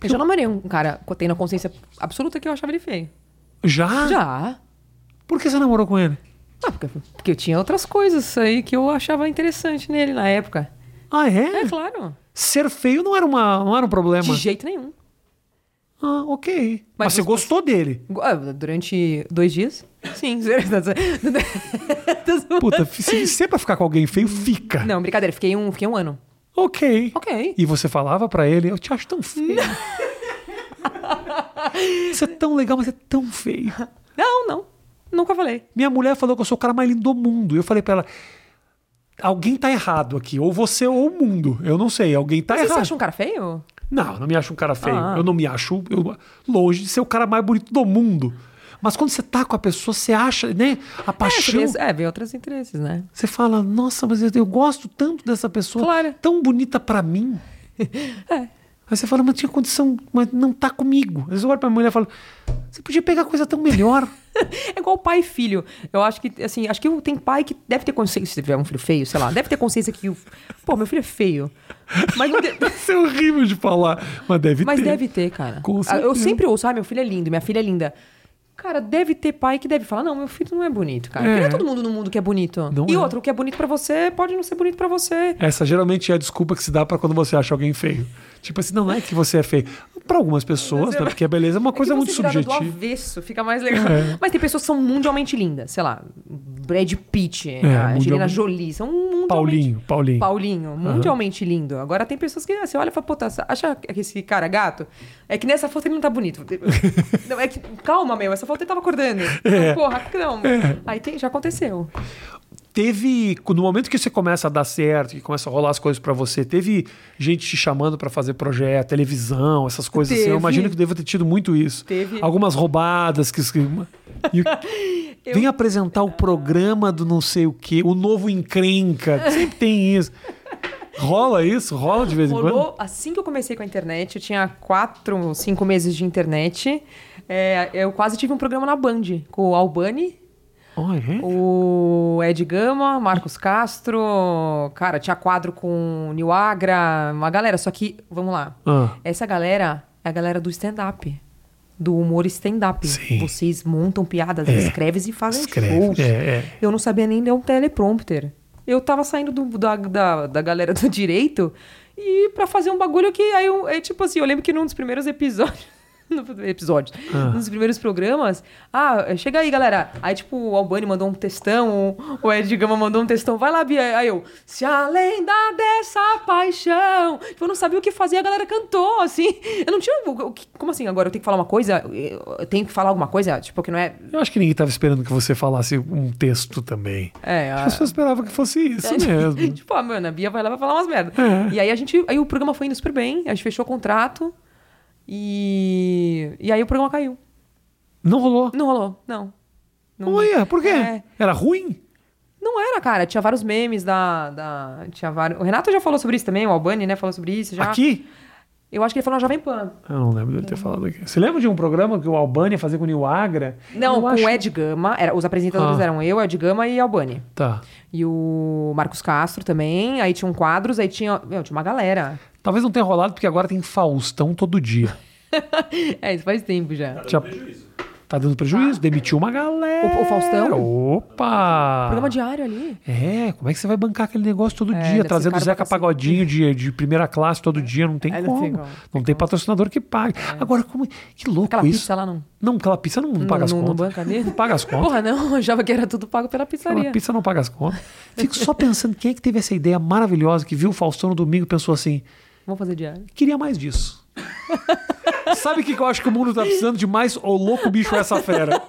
[SPEAKER 2] Eu já namorei um cara que eu tenho na consciência absoluta que eu achava ele feio. Ah.
[SPEAKER 1] Já?
[SPEAKER 2] Já.
[SPEAKER 1] Por que você namorou com ele?
[SPEAKER 2] Ah, porque, porque eu tinha outras coisas aí que eu achava interessante nele na época.
[SPEAKER 1] Ah, é?
[SPEAKER 2] É claro.
[SPEAKER 1] Ser feio não era, uma, não era um problema.
[SPEAKER 2] De jeito nenhum.
[SPEAKER 1] Ah, ok. Mas,
[SPEAKER 2] Mas
[SPEAKER 1] você
[SPEAKER 2] você-
[SPEAKER 1] gostou dele.
[SPEAKER 2] Ah, Durante dois dias? Sim.
[SPEAKER 1] Puta, se você é pra ficar com alguém feio, fica.
[SPEAKER 2] Não, brincadeira. Fiquei um, fiquei um ano.
[SPEAKER 1] Ok.
[SPEAKER 2] Ok.
[SPEAKER 1] E você falava pra ele, eu te acho tão feio. você é tão legal, mas é tão feio.
[SPEAKER 2] Não, não. Nunca falei.
[SPEAKER 1] Minha mulher falou que eu sou o cara mais lindo do mundo. Eu falei pra ela, alguém tá errado aqui. Ou você ou o mundo. Eu não sei, alguém tá
[SPEAKER 2] Mas você
[SPEAKER 1] errado.
[SPEAKER 2] acha um cara feio?
[SPEAKER 1] Não, eu não me acho um cara feio.
[SPEAKER 2] Ah.
[SPEAKER 1] Eu não me acho eu- longe de ser o cara mais bonito do mundo. Mas quando você tá com a pessoa, você acha, né? A
[SPEAKER 2] É,
[SPEAKER 1] paixão.
[SPEAKER 2] você vê- É, vem outros interesses, né?
[SPEAKER 1] Você fala, nossa, mas eu, eu gosto tanto dessa pessoa,
[SPEAKER 2] Claro.
[SPEAKER 1] tão bonita pra mim. É. Aí você fala, mas tinha condição, mas não tá comigo. Às vezes eu olho pra minha mulher e falo, você podia pegar coisa tão melhor.
[SPEAKER 2] É igual pai e filho. Eu acho que, assim, acho que tem pai que deve ter consciência. Se tiver um filho feio, sei lá, deve ter consciência que. o- Pô, meu filho é feio. Mas, não de-
[SPEAKER 1] Isso é horrível de falar, mas deve
[SPEAKER 2] mas
[SPEAKER 1] ter.
[SPEAKER 2] deve ter, cara.
[SPEAKER 1] Com
[SPEAKER 2] Ah,
[SPEAKER 1] certeza.
[SPEAKER 2] Eu sempre ouço, ah, meu filho é lindo, minha filha é linda. Cara, deve ter pai que deve falar, não, meu filho não é bonito, cara. Porque
[SPEAKER 1] É.
[SPEAKER 2] Não é todo mundo no mundo que é bonito.
[SPEAKER 1] Não
[SPEAKER 2] e
[SPEAKER 1] é.
[SPEAKER 2] outro, o que é bonito pra você pode não ser bonito pra você.
[SPEAKER 1] Essa geralmente é a desculpa que se dá pra quando você acha alguém feio. Tipo assim, não, não é que você é feio. Pra algumas pessoas, né? Porque a beleza é uma coisa
[SPEAKER 2] é que
[SPEAKER 1] muito
[SPEAKER 2] você grava Do
[SPEAKER 1] subjetiva.
[SPEAKER 2] avesso, fica mais legal.
[SPEAKER 1] É.
[SPEAKER 2] Mas tem pessoas que são mundialmente lindas, sei lá, Brad Pitt, a
[SPEAKER 1] É, mundialmente-
[SPEAKER 2] Angelina Jolie, são mundialmente...
[SPEAKER 1] Paulinho, Paulinho.
[SPEAKER 2] Paulinho, mundialmente lindo. Agora tem pessoas que você olha e fala, pô, tá, acha que esse cara é gato? É que nessa foto ele não tá bonito. não, é que, calma, meu, essa foto ele tava acordando.
[SPEAKER 1] É.
[SPEAKER 2] Porra, que não. Aí tem, já aconteceu.
[SPEAKER 1] Teve, no momento que você começa a dar certo, que começa a rolar as coisas pra você, teve gente te chamando pra fazer projeto, televisão, essas coisas assim. Eu
[SPEAKER 2] Teve.
[SPEAKER 1] imagino que deva ter tido muito isso.
[SPEAKER 2] Teve.
[SPEAKER 1] Algumas roubadas que... que- e o- Vem apresentar o programa do não sei o quê, o novo encrenca. Sempre tem isso. Rola isso? Rola de vez em quando?
[SPEAKER 2] Rolou assim que eu comecei com a internet, eu tinha quatro, cinco meses de internet. É, eu quase tive um programa na Band, com o Albani,
[SPEAKER 1] Oh, é?
[SPEAKER 2] o Ed Gama, Marcos Castro, cara, tinha quadro com o Niwagra, uma galera. Só que, vamos lá,
[SPEAKER 1] Ah.
[SPEAKER 2] essa galera é a galera do stand-up. Do humor stand-up.
[SPEAKER 1] Sim.
[SPEAKER 2] Vocês montam piadas,
[SPEAKER 1] É.
[SPEAKER 2] escrevem e fazem
[SPEAKER 1] Escreve,
[SPEAKER 2] shows.
[SPEAKER 1] é, é.
[SPEAKER 2] Eu não sabia nem ler um teleprompter. Eu tava saindo do- da, da, da galera do direito e pra fazer um bagulho que aí eu, é tipo assim, eu lembro que num dos primeiros episódios. no- episódios.
[SPEAKER 1] Ah.
[SPEAKER 2] Num dos primeiros programas. Ah, chega aí, galera. Aí, tipo, o Albani mandou um textão, o o Ed Gama mandou um textão. Vai lá, Bia. Aí eu, se a lenda dessa paixão. Tipo, Eu não sabia o que fazer, a galera cantou, assim. Eu não tinha. o- o que- Como assim? Agora eu tenho que falar uma coisa? Eu eu tenho que falar alguma coisa? Tipo, que não é.
[SPEAKER 1] Eu acho que ninguém tava esperando que você falasse um texto também.
[SPEAKER 2] É,
[SPEAKER 1] As
[SPEAKER 2] a-
[SPEAKER 1] pessoas esperavam que fosse isso mesmo. É.
[SPEAKER 2] tipo, ah, mano, a Bia vai lá e vai falar umas merda. E aí a gente. Aí o programa foi indo super bem, a gente fechou o contrato e. E aí o programa caiu.
[SPEAKER 1] Não rolou.
[SPEAKER 2] Não rolou, não. Não,
[SPEAKER 1] Olha, por quê?
[SPEAKER 2] É.
[SPEAKER 1] Era ruim?
[SPEAKER 2] não era, cara. Tinha vários memes da. da tinha vários... O Renato já falou sobre isso também, o Albani, né? Falou sobre isso já.
[SPEAKER 1] Aqui?
[SPEAKER 2] Eu acho que ele falou na Jovem Pan.
[SPEAKER 1] Eu não lembro dele ter falado aqui. Você lembra de um programa que o Albani ia fazer com o Nil Agra?
[SPEAKER 2] Não,
[SPEAKER 1] Eu
[SPEAKER 2] com
[SPEAKER 1] acho-
[SPEAKER 2] o Ed Gama. Era, os apresentadores
[SPEAKER 1] Ah.
[SPEAKER 2] eram eu, Ed Gama e Albani.
[SPEAKER 1] Tá.
[SPEAKER 2] E o Marcos Castro também. Aí tinham quadros, aí tinha. Meu, tinha uma galera.
[SPEAKER 1] Talvez não tenha rolado porque agora tem Faustão todo dia.
[SPEAKER 2] é, isso faz tempo já.
[SPEAKER 1] Tinha- Tá dando prejuízo, demitiu uma galera.
[SPEAKER 2] O- o Faustão?
[SPEAKER 1] Opa!
[SPEAKER 2] Programa diário ali.
[SPEAKER 1] É, como é que você vai bancar aquele negócio todo
[SPEAKER 2] É,
[SPEAKER 1] dia,
[SPEAKER 2] deve ser
[SPEAKER 1] trazendo o
[SPEAKER 2] caro pra
[SPEAKER 1] Zeca
[SPEAKER 2] cacete.
[SPEAKER 1] Pagodinho de, de primeira classe todo dia? Não tem
[SPEAKER 2] É,
[SPEAKER 1] como.
[SPEAKER 2] não
[SPEAKER 1] Não
[SPEAKER 2] tem
[SPEAKER 1] tem,
[SPEAKER 2] como, não
[SPEAKER 1] patrocinador que pague. Agora, como. é? Que louco
[SPEAKER 2] Aquela
[SPEAKER 1] isso.
[SPEAKER 2] pizza lá não.
[SPEAKER 1] Não, aquela pizza não, não
[SPEAKER 2] Não-
[SPEAKER 1] paga as
[SPEAKER 2] não- não
[SPEAKER 1] contas.
[SPEAKER 2] banca nem?
[SPEAKER 1] Não paga as contas.
[SPEAKER 2] Porra, não, eu achava que era tudo pago pela
[SPEAKER 1] Aquela
[SPEAKER 2] pizzaria.
[SPEAKER 1] pizza não paga as contas. Fico só pensando quem é que teve essa ideia maravilhosa que viu o Faustão no domingo e pensou assim:
[SPEAKER 2] Vamos fazer diário.
[SPEAKER 1] queria mais disso. Sabe o que eu acho que o mundo tá precisando de mais? O louco bicho essa fera.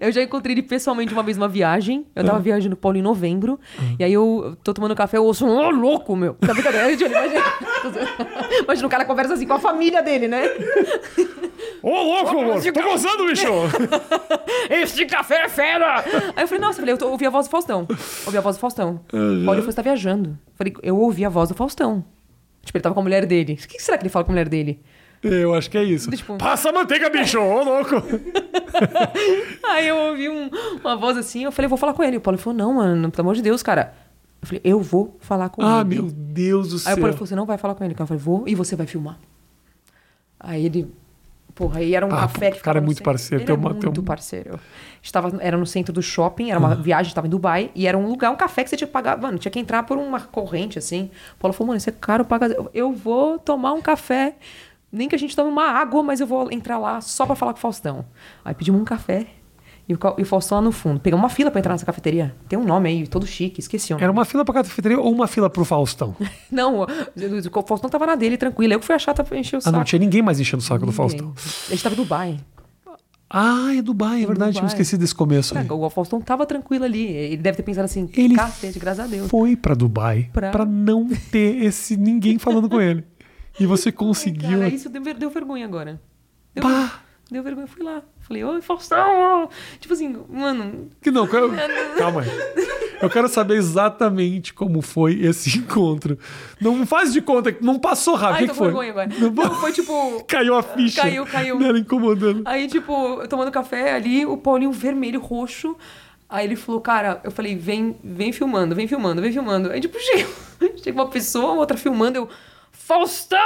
[SPEAKER 2] Eu já encontrei ele pessoalmente uma vez numa viagem. Eu tava viajando pro Paulo em novembro. E aí eu eu tô tomando café, eu ouço um "Ô, louco, meu. Tá brincadeira? Imagina, imagina, imagina o cara conversa assim com a família dele, né?
[SPEAKER 1] Ô louco, amor! Tô gozando, bicho!
[SPEAKER 2] Este café é fera! Aí eu falei, nossa, eu, falei, eu, tô, eu ouvi a voz tá do Faustão. Ouvi a voz do Faustão. Paulo foi estar viajando. Falei, eu ouvi a voz do Faustão. Tipo, ele tava com a mulher dele. O que será que ele fala com a mulher dele?
[SPEAKER 1] Eu acho que é isso.
[SPEAKER 2] Tipo-
[SPEAKER 1] Passa a manteiga, bicho! Ô, louco!
[SPEAKER 2] Aí eu ouvi um- uma voz assim, eu falei, vou falar com ele. O Paulo falou, não, mano, pelo amor de Deus, cara. Eu falei, eu vou falar com ele.
[SPEAKER 1] ah, meu Deus do
[SPEAKER 2] Aí
[SPEAKER 1] céu.
[SPEAKER 2] o Paulo falou, você não vai falar com ele. cara. Eu falei, vou e você vai filmar. Aí ele... Porra, aí era um
[SPEAKER 1] Ah,
[SPEAKER 2] café que
[SPEAKER 1] o cara
[SPEAKER 2] ficava
[SPEAKER 1] é
[SPEAKER 2] no
[SPEAKER 1] muito
[SPEAKER 2] centro.
[SPEAKER 1] parceiro,
[SPEAKER 2] Ele
[SPEAKER 1] tem
[SPEAKER 2] é
[SPEAKER 1] uma- tem
[SPEAKER 2] muito
[SPEAKER 1] um-
[SPEAKER 2] parceiro. Estava, era no centro do shopping, era uma viagem, estava em Dubai, e era um lugar, um café que você tinha que pagar. Mano, tinha que entrar por uma corrente, assim. O Paulo falou, mano, isso é caro, paga... Eu vou tomar um café... Nem que a gente tome uma água, mas eu vou entrar lá só pra falar com o Faustão. Aí pedimos um café e o, Ca- e o Faustão lá no fundo. Pegamos uma fila pra entrar nessa cafeteria. Tem um nome aí, todo chique, esqueci o nome.
[SPEAKER 1] Era uma fila pra cafeteria ou uma fila pro Faustão?
[SPEAKER 2] Não, o Faustão tava na dele, tranquilo. Eu que fui a chata pra encher o
[SPEAKER 1] Ah,
[SPEAKER 2] saco.
[SPEAKER 1] não tinha ninguém mais enchendo o saco do Faustão.
[SPEAKER 2] Ninguém. Ele tava em Dubai.
[SPEAKER 1] Ah, é Dubai, é verdade. Tinha
[SPEAKER 2] Dubai.
[SPEAKER 1] esquecido desse começo. aí.
[SPEAKER 2] O Faustão tava tranquilo ali. Ele deve ter pensado assim,
[SPEAKER 1] Ele
[SPEAKER 2] cacete, graças a Deus.
[SPEAKER 1] Foi pra Dubai pra...
[SPEAKER 2] Pra-
[SPEAKER 1] não ter esse ninguém falando com ele. E
[SPEAKER 2] Oh
[SPEAKER 1] você conseguiu.
[SPEAKER 2] Cara, é isso deu, ver- deu vergonha agora. Deu,
[SPEAKER 1] Pá!
[SPEAKER 2] deu vergonha, eu fui lá. Falei, ô, Faustão! ô." Tipo assim, mano,
[SPEAKER 1] Que não, eu- calma aí. Eu quero saber exatamente como foi esse encontro. Não faz de conta que não passou
[SPEAKER 2] ai,
[SPEAKER 1] rápido.
[SPEAKER 2] tô
[SPEAKER 1] Ah, o que que
[SPEAKER 2] com
[SPEAKER 1] foi?
[SPEAKER 2] vergonha agora.
[SPEAKER 1] Não,
[SPEAKER 2] Não, foi tipo...
[SPEAKER 1] Caiu a ficha.
[SPEAKER 2] Caiu, caiu.
[SPEAKER 1] Dela incomodando.
[SPEAKER 2] Aí, tipo, eu tomando café ali, o Paulinho vermelho, roxo. Aí ele falou, cara, eu falei, vem, vem filmando, vem filmando, vem filmando. Aí, tipo, chega, chega uma pessoa, outra filmando, eu. Faustão!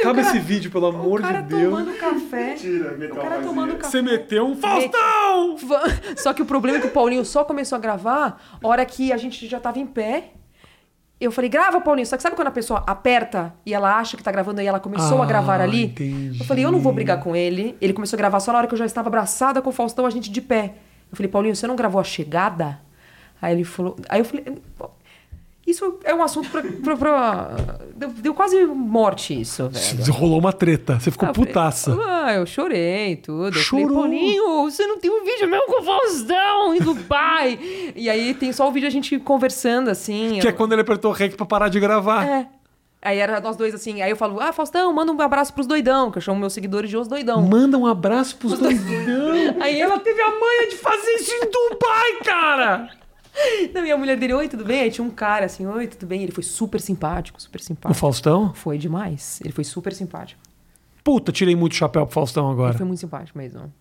[SPEAKER 1] Acaba esse vídeo, pelo
[SPEAKER 2] o
[SPEAKER 1] amor
[SPEAKER 2] cara
[SPEAKER 1] de Deus.
[SPEAKER 2] tomando café.
[SPEAKER 3] Tira, metal
[SPEAKER 2] O cara
[SPEAKER 3] vazio.
[SPEAKER 2] tomando café.
[SPEAKER 1] Você meteu um Faustão!
[SPEAKER 2] Va- Só que o problema é que o Paulinho só começou a gravar a hora que a gente já tava em pé. Eu falei, grava, Paulinho. Só que sabe quando a pessoa aperta e ela acha que tá gravando e ela começou
[SPEAKER 1] Ah,
[SPEAKER 2] a gravar ali?
[SPEAKER 1] entendi.
[SPEAKER 2] Eu falei, eu não vou brigar com ele. Ele começou a gravar só na hora que eu já estava abraçada com o Faustão, a gente de pé. Eu falei, Paulinho, você não gravou a chegada? Aí ele falou. Aí eu falei. Isso é um assunto pra. pra- pra- Deu, deu quase morte isso, velho.
[SPEAKER 1] Rolou uma treta. Você ficou
[SPEAKER 2] Ah, eu falei,
[SPEAKER 1] putaça.
[SPEAKER 2] Ah, eu chorei e tudo.
[SPEAKER 1] Chorou.
[SPEAKER 2] Eu falei, Paulinho, você não tem um vídeo meu com o Faustão em Dubai. e aí tem só o vídeo a gente conversando, assim.
[SPEAKER 1] Que é
[SPEAKER 2] eu-
[SPEAKER 1] quando ele apertou o rec pra parar de gravar.
[SPEAKER 2] É. Aí era nós dois assim. Aí eu falo, ah, Faustão, manda um abraço pros doidão, que eu chamo meus seguidores de os doidão.
[SPEAKER 1] Manda um abraço pros doidão.
[SPEAKER 2] Aí
[SPEAKER 1] Ela
[SPEAKER 2] ela.
[SPEAKER 1] teve a manha de fazer isso em Dubai, cara!
[SPEAKER 2] Não, e a mulher dele, oi, tudo bem? Aí tinha um cara assim, oi, tudo bem? Ele foi super simpático, super
[SPEAKER 1] O
[SPEAKER 2] simpático.
[SPEAKER 1] Faustão?
[SPEAKER 2] Foi demais. Ele foi super simpático.
[SPEAKER 1] Puta, tirei muito chapéu pro Faustão
[SPEAKER 2] Ele
[SPEAKER 1] agora.
[SPEAKER 2] foi muito simpático mesmo.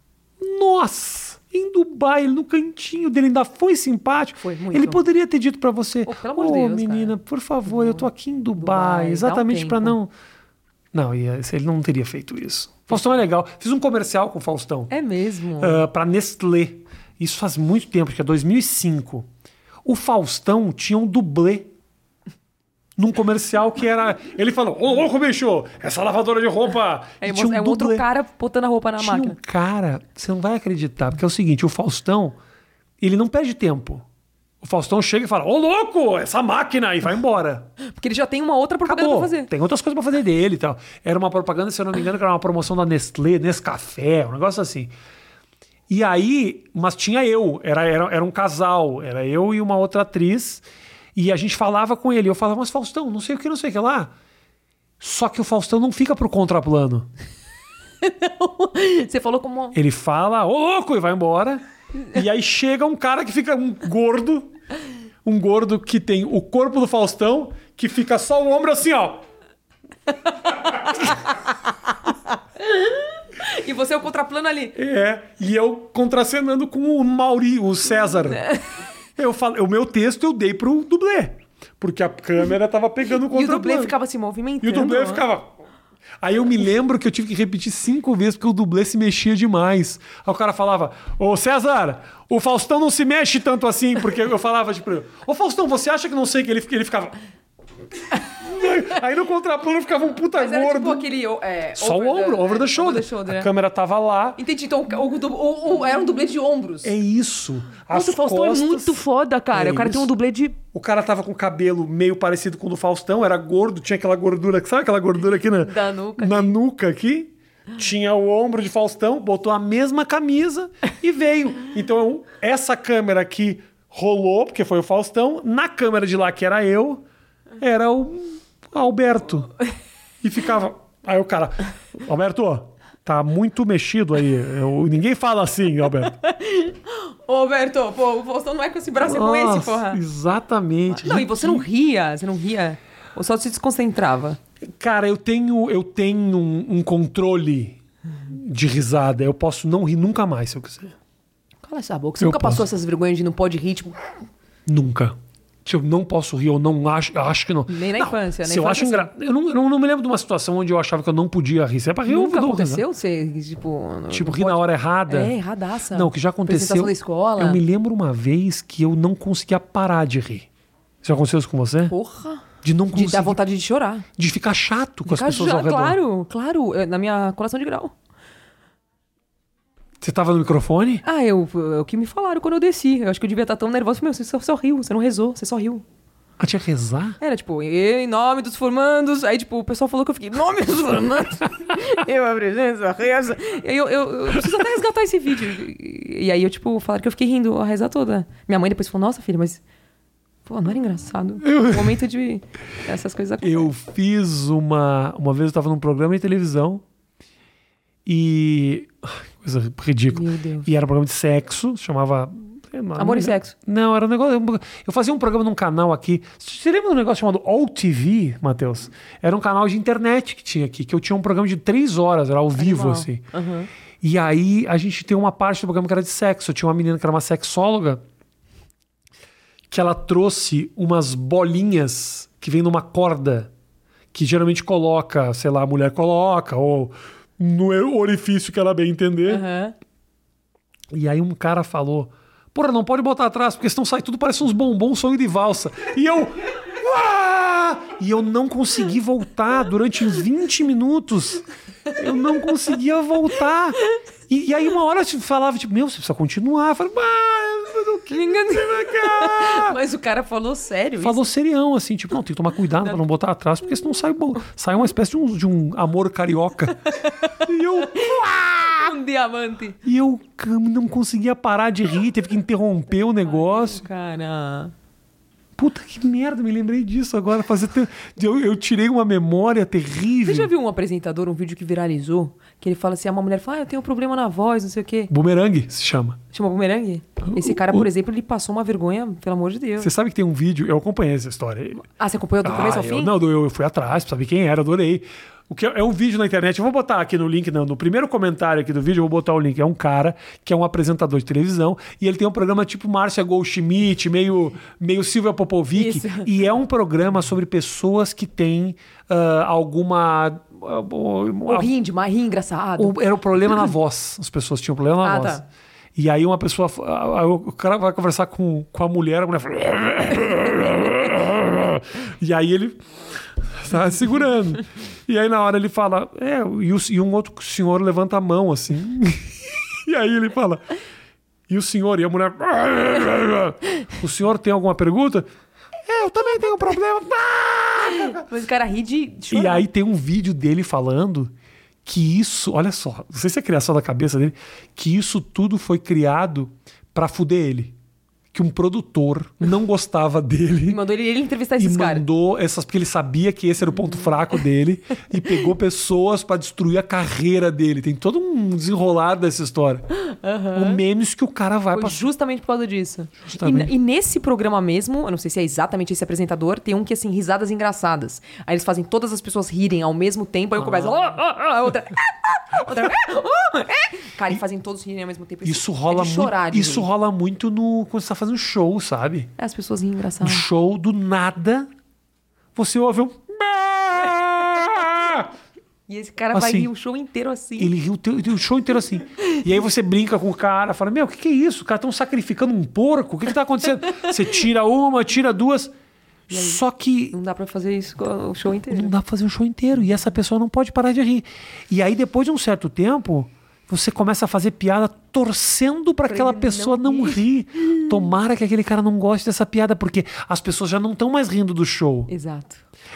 [SPEAKER 1] Nossa! Em Dubai, ele no cantinho dele ainda foi simpático.
[SPEAKER 2] Foi muito.
[SPEAKER 1] Ele poderia ter dito pra você:
[SPEAKER 2] Oh, pelo
[SPEAKER 1] Ô,
[SPEAKER 2] amor de Deus,
[SPEAKER 1] menina, por favor, eu tô aqui em Dubai,
[SPEAKER 2] Dubai, dá um
[SPEAKER 1] exatamente pra
[SPEAKER 2] tempo."
[SPEAKER 1] não. Não, ia- ele não teria feito isso. Faustão é legal. Fiz um comercial com o Faustão.
[SPEAKER 2] É mesmo.
[SPEAKER 1] Ah, pra Nestlé. Isso faz muito tempo, acho que é 2005. O Faustão tinha um dublê num comercial que era. Ele falou: Ô louco, bicho, essa lavadora de roupa.
[SPEAKER 2] É,
[SPEAKER 1] E
[SPEAKER 2] mo- é um outro
[SPEAKER 1] dublê.
[SPEAKER 2] cara botando a roupa na
[SPEAKER 1] Tinha um
[SPEAKER 2] máquina.
[SPEAKER 1] cara, você não vai acreditar, porque é o seguinte: o Faustão, ele não perde tempo. O Faustão chega e fala: Ô louco, essa máquina, e vai embora.
[SPEAKER 2] Porque ele já tem uma outra propaganda
[SPEAKER 1] Acabou.
[SPEAKER 2] pra fazer.
[SPEAKER 1] Tem outras coisas pra fazer dele e tal. Era uma propaganda, se eu não me engano, que era uma promoção da Nestlé, Nescafé, um negócio assim. E aí, mas tinha eu, era, era, era um casal, era eu e uma outra atriz, e a gente falava com ele. Eu falava, mas Faustão, não sei o que, não sei o que lá. Só que o Faustão não fica pro contraplano.
[SPEAKER 2] Você falou como.
[SPEAKER 1] Ele fala, ô louco, e vai embora. E aí chega um cara que fica um gordo, um gordo que tem o corpo do Faustão, que fica só o ombro assim, ó.
[SPEAKER 2] E você é o contraplano ali.
[SPEAKER 1] É, e eu contracenando com o Mauri, o César. Eu falo, o meu texto eu dei pro dublê, porque a câmera tava pegando o
[SPEAKER 2] E o
[SPEAKER 1] contraplano.
[SPEAKER 2] dublê ficava se movimentando.
[SPEAKER 1] E o dublê
[SPEAKER 2] ó.
[SPEAKER 1] ficava... Aí eu me lembro que eu tive que repetir cinco vezes porque o dublê se mexia demais. Aí o cara falava: Ô César, o Faustão não se mexe tanto assim, porque eu falava tipo: pra ele, Ô Faustão, você acha que não sei que ele, fica- ele ficava. Aí no contraplano ficava um puta
[SPEAKER 2] Mas era
[SPEAKER 1] gordo.
[SPEAKER 2] tipo aquele. É,
[SPEAKER 1] Só o ombro, over the shoulder. a
[SPEAKER 2] né?
[SPEAKER 1] câmera tava lá.
[SPEAKER 2] Entendi, então o, o, o- o- era um dublê de ombros.
[SPEAKER 1] É isso. As
[SPEAKER 2] Nossa, o Faustão
[SPEAKER 1] costas-
[SPEAKER 2] é muito foda, cara.
[SPEAKER 1] É
[SPEAKER 2] o cara tem um
[SPEAKER 1] isso.
[SPEAKER 2] dublê de.
[SPEAKER 1] O cara tava com o cabelo meio parecido com o do Faustão, era gordo, tinha aquela gordura, sabe aquela gordura aqui na,
[SPEAKER 2] Da nuca
[SPEAKER 1] na nuca aqui? Tinha o ombro de Faustão, botou a mesma camisa e veio. Então, essa câmera aqui rolou, porque foi o Faustão, na câmera de lá, que era eu, era o Alberto. E ficava. Aí o cara, Alberto, Tá muito mexido aí. Eu- ninguém fala assim, Alberto.
[SPEAKER 2] Ô, Berto, pô, o Faustão não é com esse braço, é com
[SPEAKER 1] Nossa,
[SPEAKER 2] esse, porra.
[SPEAKER 1] Exatamente.
[SPEAKER 2] Não, e você não ria, você não ria. Ou só se desconcentrava.
[SPEAKER 1] Cara, eu tenho, eu tenho um, um controle de risada. Eu posso não rir nunca mais se eu quiser.
[SPEAKER 2] Cala essa boca. Você
[SPEAKER 1] Eu
[SPEAKER 2] nunca passou
[SPEAKER 1] posso.
[SPEAKER 2] essas vergonhas de não pode rir, tipo...
[SPEAKER 1] Nunca. Se eu não posso rir, eu não acho, eu acho que não.
[SPEAKER 2] Nem na
[SPEAKER 1] Não,
[SPEAKER 2] infância,
[SPEAKER 1] se
[SPEAKER 2] na
[SPEAKER 1] eu acho
[SPEAKER 2] infância,
[SPEAKER 1] engra... eu, não, eu não- não me lembro de uma situação onde eu achava que eu não podia rir. Se é pra rir,
[SPEAKER 2] nunca
[SPEAKER 1] eu dou
[SPEAKER 2] aconteceu? Você, tipo... não-
[SPEAKER 1] Tipo,
[SPEAKER 2] não
[SPEAKER 1] rir na
[SPEAKER 2] pode-
[SPEAKER 1] hora errada.
[SPEAKER 2] É, erradaça.
[SPEAKER 1] Não, o que já aconteceu.
[SPEAKER 2] Apresentação da escola.
[SPEAKER 1] Eu me lembro uma vez que eu não conseguia parar de rir. Isso já aconteceu isso com você?
[SPEAKER 2] Porra.
[SPEAKER 1] De não
[SPEAKER 2] De
[SPEAKER 1] conseguir.
[SPEAKER 2] dar vontade de chorar.
[SPEAKER 1] de ficar chato assim? com as
[SPEAKER 2] Cara,
[SPEAKER 1] pessoas
[SPEAKER 2] já-
[SPEAKER 1] ao redor.
[SPEAKER 2] Claro, claro. é, Na minha colação de grau.
[SPEAKER 1] Você tava no microfone?
[SPEAKER 2] Ah, eu, é o que me falaram quando eu desci. Eu acho que eu devia estar tão nervoso. Meu, você só, só riu, você não rezou, você só riu.
[SPEAKER 1] Ah, tinha que rezar?
[SPEAKER 2] Era tipo, em nome dos formandos. Aí, tipo, o pessoal falou que eu fiquei, em nome dos formandos. eu apresento a reza. Eu, eu, eu preciso até resgatar esse vídeo. E aí eu, tipo, falaram que eu fiquei rindo a reza toda. Minha mãe depois falou, nossa, filha, mas. Pô, não era engraçado. O momento de. Essas coisas acontecem.
[SPEAKER 1] Eu fiz uma. Uma vez eu tava num programa de televisão e. Ai, Coisa ridícula.
[SPEAKER 2] Meu Deus.
[SPEAKER 1] E era um programa de sexo, se chamava.
[SPEAKER 2] Amor e sexo.
[SPEAKER 1] Não, era um negócio. Eu fazia um programa num canal aqui. Você lembra de um negócio chamado All TV, Matheus? Era um canal de internet que tinha aqui, que eu tinha um programa de três horas, era ao vivo,
[SPEAKER 2] Animal.
[SPEAKER 1] assim. E aí a gente tem uma parte do programa que era de sexo. Eu tinha uma menina que era uma sexóloga que ela trouxe umas bolinhas que vem numa corda que geralmente coloca, sei lá, a mulher coloca ou no orifício que ela bem entender.
[SPEAKER 2] Aham.
[SPEAKER 1] E aí um cara falou: Porra, não pode botar atrás, porque senão sai tudo parece uns bombons sonho de valsa. E eu. "Uá!" E eu não consegui voltar durante uns 20 minutos. Eu não conseguia voltar. E, e aí uma hora eu falava, tipo, meu, você precisa continuar. Eu falei, mas mas o que você vai cá?"
[SPEAKER 2] Mas o cara falou sério. isso?
[SPEAKER 1] Falou serião, assim, tipo, não, tem que tomar cuidado pra não botar atrás, porque senão sai, bom- sai uma espécie de um, de um amor carioca. E eu,
[SPEAKER 2] um diamante.
[SPEAKER 1] e eu não conseguia parar de rir, teve que interromper o negócio.
[SPEAKER 2] Cara.
[SPEAKER 1] Puta que merda, me lembrei disso agora. Fazer te- eu, eu tirei uma memória terrível.
[SPEAKER 2] Você já viu um apresentador, um vídeo que viralizou, que ele fala assim, uma mulher fala, ah, eu tenho um problema na voz, não sei o quê.
[SPEAKER 1] Bumerangue se chama.
[SPEAKER 2] Chama bumerangue?
[SPEAKER 1] Ah,
[SPEAKER 2] Esse cara, por exemplo, ele passou uma vergonha, pelo amor de Deus.
[SPEAKER 1] Você sabe que tem um vídeo, eu acompanhei essa história.
[SPEAKER 2] Ah, você acompanhou do começo ao
[SPEAKER 1] Ah,
[SPEAKER 2] fim?
[SPEAKER 1] eu, não, eu, eu fui atrás pra saber quem era, adorei. O que é, é um vídeo na internet, eu vou botar aqui no link, não, no primeiro comentário aqui do vídeo, eu vou botar o link. É um cara que é um apresentador de televisão e ele tem um programa tipo Márcia Goldschmidt, meio, meio Silvia Popovic.
[SPEAKER 2] Isso.
[SPEAKER 1] E é um programa sobre pessoas que têm ah, alguma. ah,
[SPEAKER 2] Ou
[SPEAKER 1] bo-
[SPEAKER 2] rinde, mas ri engraçado.
[SPEAKER 1] O- era o problema na voz. As pessoas tinham problema na
[SPEAKER 2] Ah,
[SPEAKER 1] voz.
[SPEAKER 2] tá.
[SPEAKER 1] E aí uma pessoa. a- a- O cara vai conversar com, com a mulher, a mulher fala. e aí ele tá segurando. E aí na hora ele fala. É, e, o- e um outro senhor levanta a mão assim. e aí ele fala. E o senhor e a mulher. O senhor tem alguma pergunta? É, eu também tenho um problema.
[SPEAKER 2] Mas o cara ri de
[SPEAKER 1] E
[SPEAKER 2] chorar.
[SPEAKER 1] aí tem um vídeo dele falando que isso, olha só, não sei se é criação da cabeça dele, que isso tudo foi criado pra fuder ele. Que um produtor não gostava
[SPEAKER 2] E
[SPEAKER 1] dele
[SPEAKER 2] mandou ele, ele entrevistar
[SPEAKER 1] e
[SPEAKER 2] esses Hum. caras.
[SPEAKER 1] mandou essas, porque ele sabia que esse era o ponto fraco dele e pegou pessoas pra destruir a carreira dele. Tem todo um desenrolar dessa história. O memes que o cara vai
[SPEAKER 2] Foi
[SPEAKER 1] pra.
[SPEAKER 2] justamente por causa disso.
[SPEAKER 1] Justamente.
[SPEAKER 2] E, e nesse programa mesmo, eu não sei se é exatamente esse apresentador, tem um que é assim, risadas engraçadas. Aí eles fazem todas as pessoas rirem ao mesmo tempo, aí eu começo. "Ah, ah, ah", outra. "Ah, ah", outra, "Ah, ah", é. Cara, e fazem todos rirem ao mesmo tempo.
[SPEAKER 1] Isso
[SPEAKER 2] é de
[SPEAKER 1] rola
[SPEAKER 2] chorar
[SPEAKER 1] muito.
[SPEAKER 2] de
[SPEAKER 1] Isso
[SPEAKER 2] rir.
[SPEAKER 1] rola muito no quando você tá fazendo show, sabe?
[SPEAKER 2] É, As pessoas riem
[SPEAKER 1] um
[SPEAKER 2] engraçado.
[SPEAKER 1] show do nada, você ouve um.
[SPEAKER 2] E esse cara vai
[SPEAKER 1] Assim.
[SPEAKER 2] rir o show inteiro assim.
[SPEAKER 1] Ele riu o teu- o show inteiro assim. E aí você brinca com o cara, fala: Meu, o que, que é isso? O cara estão sacrificando um porco? O que, que tá acontecendo? Você tira uma, tira duas. Só que
[SPEAKER 2] Não dá pra fazer isso com o show
[SPEAKER 1] não
[SPEAKER 2] inteiro.
[SPEAKER 1] dá pra fazer um show inteiro. E essa pessoa não pode parar de rir. E aí, depois de um certo tempo, você começa a fazer piada torcendo pra aquela
[SPEAKER 2] ele não
[SPEAKER 1] pessoa não, rir. Tomara que aquele cara não goste dessa piada, porque as pessoas já não estão mais rindo do show.
[SPEAKER 2] Exato.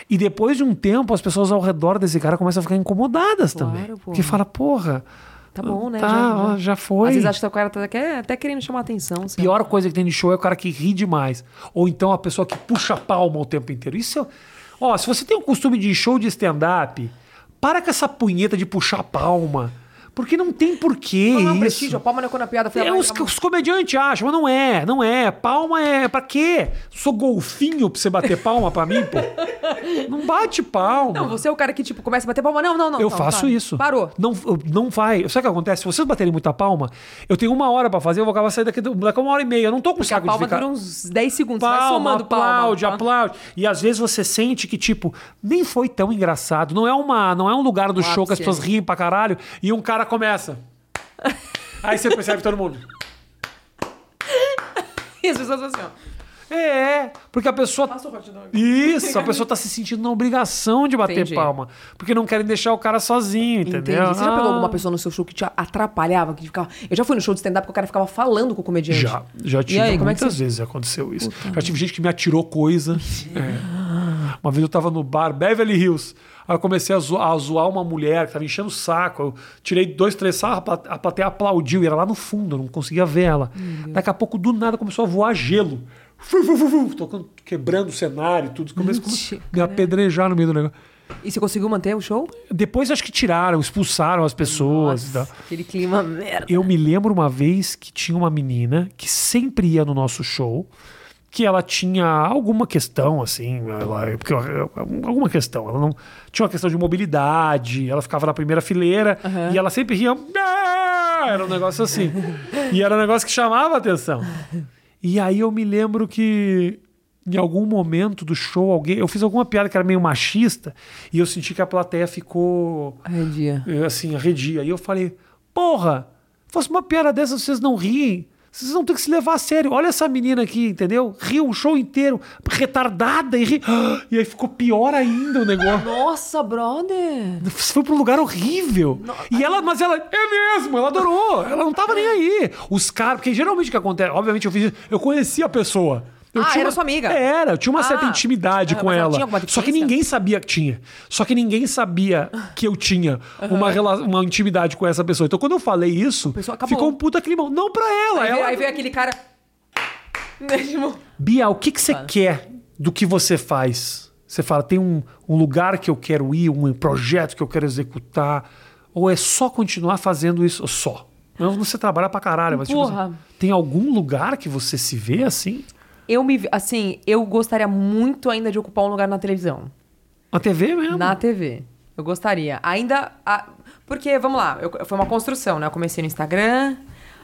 [SPEAKER 1] E depois de um tempo, as pessoas ao redor desse cara começam a ficar incomodadas
[SPEAKER 2] Claro,
[SPEAKER 1] também.
[SPEAKER 2] porra.
[SPEAKER 1] Porque fala, porra.
[SPEAKER 2] Tá bom, né?
[SPEAKER 1] Tá, ó, já foi.
[SPEAKER 2] Às vezes acho que o cara tá até, até querendo chamar atenção. sei lá.
[SPEAKER 1] Pior coisa que tem de show é o cara que ri demais. Ou então a pessoa que puxa a palma o tempo inteiro. Isso é. Ó, se você tem o costume de ir em show de stand-up, para com essa punheta de puxar a palma. Porque não tem porquê
[SPEAKER 2] Não é um
[SPEAKER 1] isso.
[SPEAKER 2] prestígio, a palma não é quando a piada foi
[SPEAKER 1] É,
[SPEAKER 2] a-
[SPEAKER 1] os, os comediantes acham, mas não é, não é. Palma é. Pra quê? Sou golfinho pra você bater palma pra mim, pô? Não bate palma.
[SPEAKER 2] Não, você é o cara que, tipo, começa a bater palma. Não, não, não.
[SPEAKER 1] eu
[SPEAKER 2] não,
[SPEAKER 1] faço
[SPEAKER 2] para.
[SPEAKER 1] isso.
[SPEAKER 2] Parou.
[SPEAKER 1] Não, não vai. Sabe o que acontece? Se vocês baterem muita palma, eu tenho uma hora pra fazer, eu vou acabar saindo daqui, daqui a uma hora e meia. Eu não tô com
[SPEAKER 2] Porque a
[SPEAKER 1] saco de
[SPEAKER 2] palma
[SPEAKER 1] ficar
[SPEAKER 2] dura uns 10 segundos. vai
[SPEAKER 1] palma,
[SPEAKER 2] somando palma. tá?
[SPEAKER 1] aplaude,
[SPEAKER 2] palma.
[SPEAKER 1] aplaude. E às vezes você sente que, tipo, nem foi tão engraçado. Não é, uma, não é um lugar do
[SPEAKER 2] Um
[SPEAKER 1] show que as
[SPEAKER 2] ápice
[SPEAKER 1] pessoas riem pra caralho e um cara começa. Aí você percebe todo mundo.
[SPEAKER 2] E as pessoas assim, ó.
[SPEAKER 1] É, porque a pessoa.
[SPEAKER 2] Passa o hot dog.
[SPEAKER 1] Isso, a pessoa tá se sentindo na obrigação de bater
[SPEAKER 2] Entendi.
[SPEAKER 1] palma. Porque não querem deixar o cara sozinho,
[SPEAKER 2] Entendi.
[SPEAKER 1] entendeu?
[SPEAKER 2] Você já pegou
[SPEAKER 1] Ah,
[SPEAKER 2] alguma pessoa no seu show que te atrapalhava? Que ficava... Eu já fui no show de stand-up que o cara ficava falando com o comediante.
[SPEAKER 1] Já, já tive
[SPEAKER 2] E aí, como é que
[SPEAKER 1] muitas
[SPEAKER 2] você...
[SPEAKER 1] vezes aconteceu isso. já tive gente que me atirou coisa. É. Uma vez eu tava no bar Beverly Hills. Aí eu comecei a zoar, a zoar uma mulher que tava enchendo o saco. Eu tirei dois, três sarros, a pla- a plateia aplaudiu. E era lá no fundo, eu não conseguia ver ela. Daqui a pouco, do nada, começou a voar gelo. Fu, fu, fu, fu, tocando, quebrando o cenário e tudo. Comecei
[SPEAKER 2] Mentira,
[SPEAKER 1] a me apedrejar no meio do negócio.
[SPEAKER 2] E você conseguiu manter o show?
[SPEAKER 1] Depois acho que tiraram, expulsaram as pessoas e tal.
[SPEAKER 2] Aquele clima merda.
[SPEAKER 1] Eu me lembro uma vez que tinha uma menina que sempre ia no nosso show, que ela tinha alguma questão, assim, ela, porque, ela- alguma questão. Ela não tinha uma questão de mobilidade, ela ficava na primeira fileira e ela sempre ria. "Ah!" Era um negócio assim. e era um negócio que chamava a atenção. E aí eu me lembro que em algum momento do show, alguém. Eu fiz alguma piada que era meio machista, e eu senti que a plateia ficou
[SPEAKER 2] Ai, dia.
[SPEAKER 1] eu, assim, arredia. E eu falei, porra, fosse uma piada dessa, vocês não riem. Vocês não têm que se levar a sério. Olha essa menina aqui, entendeu? Riu o show inteiro, retardada e ri. E aí ficou pior ainda o negócio.
[SPEAKER 2] Nossa, brother.
[SPEAKER 1] Isso Foi pra um lugar horrível. E ela, mas ela, é mesmo, ela adorou. Ela não tava nem aí. Os caras, porque geralmente o que acontece, obviamente eu fiz isso, eu conhecia a pessoa. Eu
[SPEAKER 2] Ah,
[SPEAKER 1] tinha
[SPEAKER 2] era
[SPEAKER 1] uma-
[SPEAKER 2] sua amiga.
[SPEAKER 1] Era, eu tinha uma certa
[SPEAKER 2] Ah.
[SPEAKER 1] intimidade
[SPEAKER 2] Ah,
[SPEAKER 1] com
[SPEAKER 2] mas ela
[SPEAKER 1] ela.
[SPEAKER 2] tinha alguma
[SPEAKER 1] Só que
[SPEAKER 2] deficiência?
[SPEAKER 1] ninguém ninguém sabia que tinha. Só que ninguém sabia que eu tinha uma, rela- uma intimidade com essa pessoa. Então, quando eu falei isso,
[SPEAKER 2] pessoa acabou.
[SPEAKER 1] ficou um puta climão. Não pra ela.
[SPEAKER 2] Aí, veio-
[SPEAKER 1] ela...
[SPEAKER 2] aí veio aquele cara... Né, tipo,
[SPEAKER 1] Bia, o que, que você quer do que você faz? Você fala, tem um, um lugar que eu quero ir, um projeto que eu quero executar. Ou é só continuar fazendo isso? Ou Só. Não, você trabalha pra caralho, mas tipo,
[SPEAKER 2] Porra.
[SPEAKER 1] assim, tem algum lugar que você se vê assim?
[SPEAKER 2] Eu me... vi- Assim, eu gostaria muito ainda de ocupar um lugar na televisão.
[SPEAKER 1] Na TV mesmo?
[SPEAKER 2] Na TV. Eu gostaria. Ainda. a- Porque, vamos lá, eu- foi uma construção, né? Eu comecei no Instagram,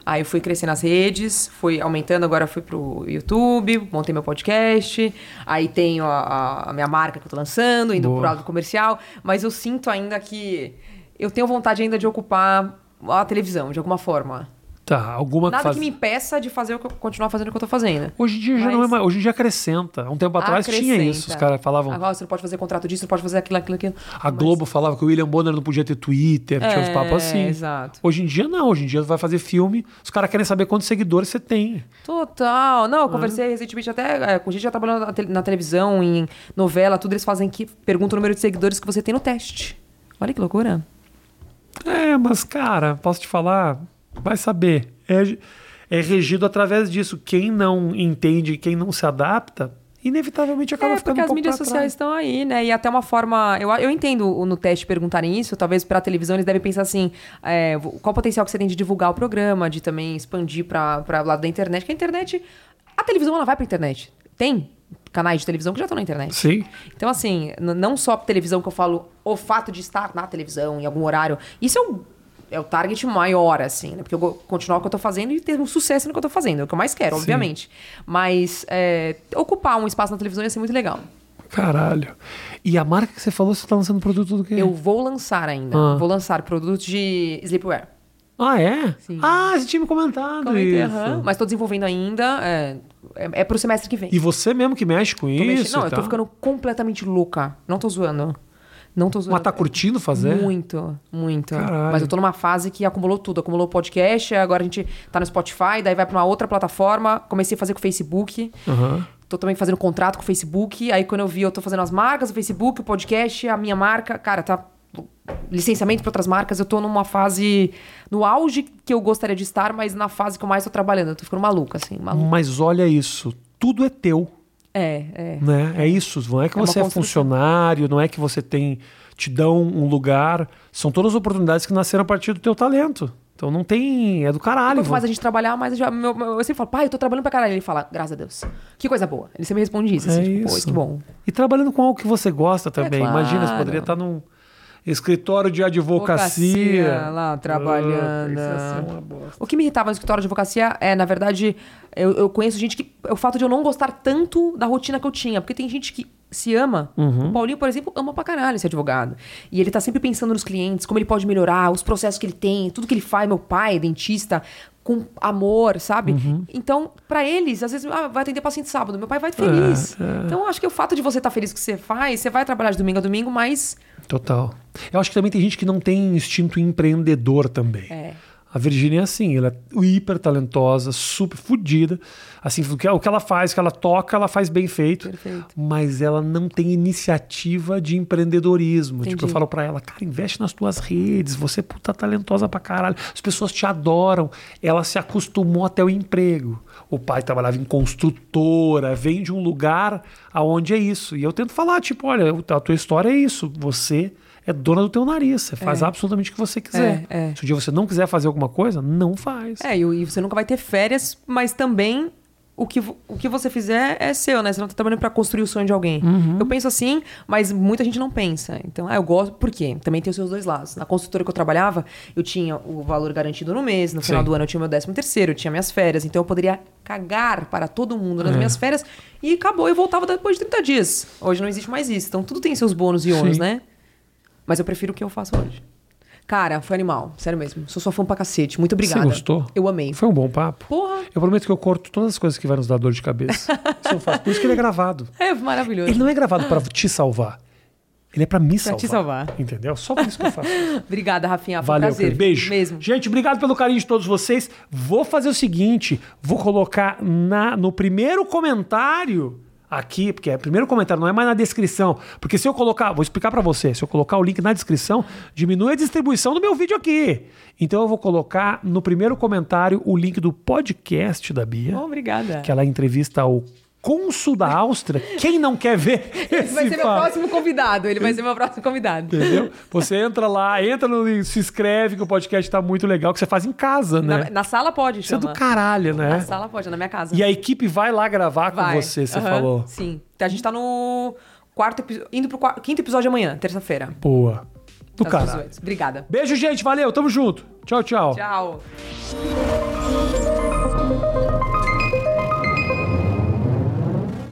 [SPEAKER 2] aí eu fui crescendo nas redes, fui aumentando, agora eu fui pro YouTube, montei meu podcast, aí tenho a, a- a minha marca que eu tô lançando, indo
[SPEAKER 1] Boa.
[SPEAKER 2] pro lado comercial, mas eu sinto ainda que. Eu tenho vontade ainda de ocupar a televisão, de alguma forma.
[SPEAKER 1] Tá, alguma
[SPEAKER 2] Nada
[SPEAKER 1] faz-
[SPEAKER 2] que me impeça de fazer o que eu continuar fazendo o que eu tô fazendo.
[SPEAKER 1] Hoje em dia já não é
[SPEAKER 2] Mas-
[SPEAKER 1] mais. Hoje em dia acrescenta. Há Um tempo atrás tinha isso. Os
[SPEAKER 2] Acrescenta.
[SPEAKER 1] caras falavam.
[SPEAKER 2] Agora você não pode fazer contrato disso, não pode fazer aquilo, aquilo, aquilo.
[SPEAKER 1] A Globo falava que o William Bonner não podia ter Twitter, tinha uns
[SPEAKER 2] É,
[SPEAKER 1] papos assim.
[SPEAKER 2] exato.
[SPEAKER 1] Hoje em dia não, hoje em dia vai fazer filme, os caras querem saber quantos seguidores você tem.
[SPEAKER 2] Total. Não, eu conversei recentemente até é, com gente que já trabalhando na, tele- na televisão, em novela, tudo, eles fazem que perguntam o número de seguidores que você tem no teste. Olha que loucura.
[SPEAKER 1] É, mas cara, posso te falar, vai saber. É, é regido através disso. Quem não entende, quem não se adapta, inevitavelmente acaba
[SPEAKER 2] é,
[SPEAKER 1] ficando
[SPEAKER 2] porque
[SPEAKER 1] um
[SPEAKER 2] as
[SPEAKER 1] pouco
[SPEAKER 2] mídias
[SPEAKER 1] pra trás.
[SPEAKER 2] sociais estão aí, né? E até uma forma. Eu, eu entendo o- no teste perguntarem isso, talvez pra televisão eles devem pensar assim: é, vo- qual o potencial que você tem de divulgar o programa, de também expandir pra pra lado da internet? Porque a internet. A televisão ela vai pra internet. Tem canais de televisão que já estão na internet.
[SPEAKER 1] Sim.
[SPEAKER 2] Então, assim, n- não só televisão que eu falo, o fato de estar na televisão em algum horário, isso é um. É o target maior, assim, né? Porque eu vou continuar o que eu tô fazendo e ter um sucesso no que eu tô fazendo. É o que eu mais quero, obviamente. Mas é, ocupar um espaço na televisão ia ser muito legal.
[SPEAKER 1] Caralho. E a marca que você falou, você tá lançando produto do quê?
[SPEAKER 2] Eu vou lançar ainda.
[SPEAKER 1] Ah.
[SPEAKER 2] Vou lançar produtos de sleepwear.
[SPEAKER 1] Ah, é?
[SPEAKER 2] Sim.
[SPEAKER 1] Ah, você tinha me comentado
[SPEAKER 2] Comentei,
[SPEAKER 1] isso.
[SPEAKER 2] aham. Mas tô desenvolvendo ainda. É, é, é pro semestre que vem.
[SPEAKER 1] E você mesmo que mexe com
[SPEAKER 2] Tô mexendo-
[SPEAKER 1] isso? tá.
[SPEAKER 2] Não,
[SPEAKER 1] e
[SPEAKER 2] eu tô
[SPEAKER 1] tal?
[SPEAKER 2] ficando completamente louca. Não tô zoando. Não tô zoando.
[SPEAKER 1] Mas tá curtindo fazer?
[SPEAKER 2] Muito, muito.
[SPEAKER 1] Caralho.
[SPEAKER 2] Mas eu tô numa fase que acumulou tudo. Acumulou podcast, agora a gente tá no Spotify, daí vai pra uma outra plataforma. Comecei a fazer com o Facebook.
[SPEAKER 1] Aham.
[SPEAKER 2] Tô também fazendo contrato com o Facebook. Aí quando eu vi, eu tô fazendo as marcas, o Facebook, o podcast, a minha marca. Cara, tá. Licenciamento pra outras marcas. Eu tô numa fase. No auge que eu gostaria de estar, mas na fase que eu mais tô trabalhando. Eu tô ficando maluca, assim. Maluca.
[SPEAKER 1] Mas olha isso, tudo é teu,
[SPEAKER 2] É, é.
[SPEAKER 1] né? É isso, não é que
[SPEAKER 2] É uma
[SPEAKER 1] você é
[SPEAKER 2] construção.
[SPEAKER 1] funcionário, não é que você tem. te dão um lugar. São todas oportunidades que nasceram a partir do teu talento. Então não tem. É do caralho.
[SPEAKER 2] Quanto mais a gente trabalhar, mais a gente, meu- meu- eu sempre falo, pai, eu tô trabalhando pra caralho. Ele fala, graças a Deus. Que coisa boa. Ele sempre responde isso.
[SPEAKER 1] É
[SPEAKER 2] assim, tipo,
[SPEAKER 1] isso.
[SPEAKER 2] Pô, que bom.
[SPEAKER 1] E trabalhando com algo que você gosta também.
[SPEAKER 2] É claro.
[SPEAKER 1] Imagina, você poderia estar num escritório de advocacia.
[SPEAKER 2] Advocacia, lá, trabalhando.
[SPEAKER 1] Puta, isso ia ser uma bosta.
[SPEAKER 2] O que me irritava no escritório de advocacia é, na verdade, eu, eu conheço gente que. é O fato de eu não gostar tanto da rotina que eu tinha. Porque tem gente que se ama. O Paulinho, por exemplo, ama pra caralho ser advogado. E ele tá sempre pensando nos clientes, como ele pode melhorar, os processos que ele tem, tudo que ele faz. Meu pai, é dentista. Com amor, sabe? Então, pra eles, às vezes, ah, vai atender paciente sábado. Meu pai vai feliz. Então, eu acho que o fato de você estar feliz com o que você faz, você vai trabalhar de domingo a domingo, mas
[SPEAKER 1] Total. Eu acho que também tem gente que não tem instinto empreendedor também.
[SPEAKER 2] É.
[SPEAKER 1] A Virginia é assim, ela é hiper talentosa, super fodida. Assim, o que o que ela faz, o que ela toca, ela faz bem feito.
[SPEAKER 2] Perfeito.
[SPEAKER 1] Mas ela não tem iniciativa de empreendedorismo. Tipo, eu
[SPEAKER 2] Entendi.
[SPEAKER 1] falo pra ela, cara, investe nas tuas redes, você é puta talentosa pra caralho. As pessoas te adoram. Ela se acostumou até o emprego. O pai trabalhava em construtora, vem de um lugar aonde é isso. E eu tento falar, tipo, olha, a tua história é isso. Você é dona do teu nariz, você faz absolutamente o que você quiser.
[SPEAKER 2] É, é.
[SPEAKER 1] Se um dia você não quiser fazer alguma coisa, não faz.
[SPEAKER 2] É, e, e você nunca vai ter férias, mas também o que, vo- o que você fizer é seu, né? Você não tá trabalhando pra construir o sonho de alguém.
[SPEAKER 1] Uhum.
[SPEAKER 2] Eu penso assim, mas muita gente não pensa. Então, ah, eu gosto. Por quê? Também tem os seus dois lados. Na construtora que eu trabalhava, eu tinha o valor garantido no mês, no final
[SPEAKER 1] Sim.
[SPEAKER 2] do ano eu tinha meu décimo terceiro, eu tinha minhas férias. Então eu poderia cagar para todo mundo
[SPEAKER 1] É.
[SPEAKER 2] nas minhas férias e acabou, eu voltava depois de 30 dias. Hoje não existe mais isso. Então tudo tem seus bônus e ônus,
[SPEAKER 1] Sim.
[SPEAKER 2] né? Mas eu prefiro o que eu faço hoje. Cara, foi animal. Sério mesmo. Sou sua fã pra cacete. Muito obrigada.
[SPEAKER 1] Você gostou?
[SPEAKER 2] Eu amei.
[SPEAKER 1] Foi um bom papo.
[SPEAKER 2] Porra.
[SPEAKER 1] Eu prometo que eu corto todas as coisas que vai nos dar dor de cabeça. Isso eu faço. Por isso que ele é gravado.
[SPEAKER 2] É maravilhoso.
[SPEAKER 1] Ele não é gravado pra te salvar. Ele é pra me
[SPEAKER 2] Pra
[SPEAKER 1] salvar.
[SPEAKER 2] te salvar.
[SPEAKER 1] Entendeu? Só por isso que eu faço.
[SPEAKER 2] Obrigada, Rafinha. Foi
[SPEAKER 1] Valeu,
[SPEAKER 2] um prazer.
[SPEAKER 1] querido. beijo.
[SPEAKER 2] Mesmo.
[SPEAKER 1] Gente, obrigado pelo carinho de todos vocês. Vou fazer o seguinte, vou colocar na no primeiro comentário aqui, porque é primeiro comentário, não é mais na descrição, porque se eu colocar, vou explicar pra você, se eu colocar o link na descrição, diminui a distribuição do meu vídeo aqui. Então eu vou colocar no primeiro comentário o link do podcast da Bia,
[SPEAKER 2] Obrigada.
[SPEAKER 1] que ela entrevista o cônsul da Áustria. Quem não quer ver
[SPEAKER 2] Ele vai
[SPEAKER 1] esse
[SPEAKER 2] ser meu
[SPEAKER 1] papo?
[SPEAKER 2] próximo convidado. Ele vai ser meu próximo convidado.
[SPEAKER 1] Entendeu? Você entra lá, entra no link, se inscreve, que o podcast tá muito legal, que você faz em casa, né?
[SPEAKER 2] Na, na sala pode,
[SPEAKER 1] Isso é
[SPEAKER 2] chama.
[SPEAKER 1] do caralho,
[SPEAKER 2] Na
[SPEAKER 1] né?
[SPEAKER 2] sala pode, é na minha casa.
[SPEAKER 1] E a equipe vai lá gravar com
[SPEAKER 2] Vai.
[SPEAKER 1] você, você
[SPEAKER 2] Aham,
[SPEAKER 1] falou.
[SPEAKER 2] Sim. A gente tá no quarto episódio. Indo pro quarto, quinto episódio amanhã, terça-feira.
[SPEAKER 1] Boa. Do
[SPEAKER 2] às
[SPEAKER 1] caralho.
[SPEAKER 2] 18. Obrigada.
[SPEAKER 1] Beijo, gente. Valeu. Tamo junto. Tchau, tchau.
[SPEAKER 2] Tchau.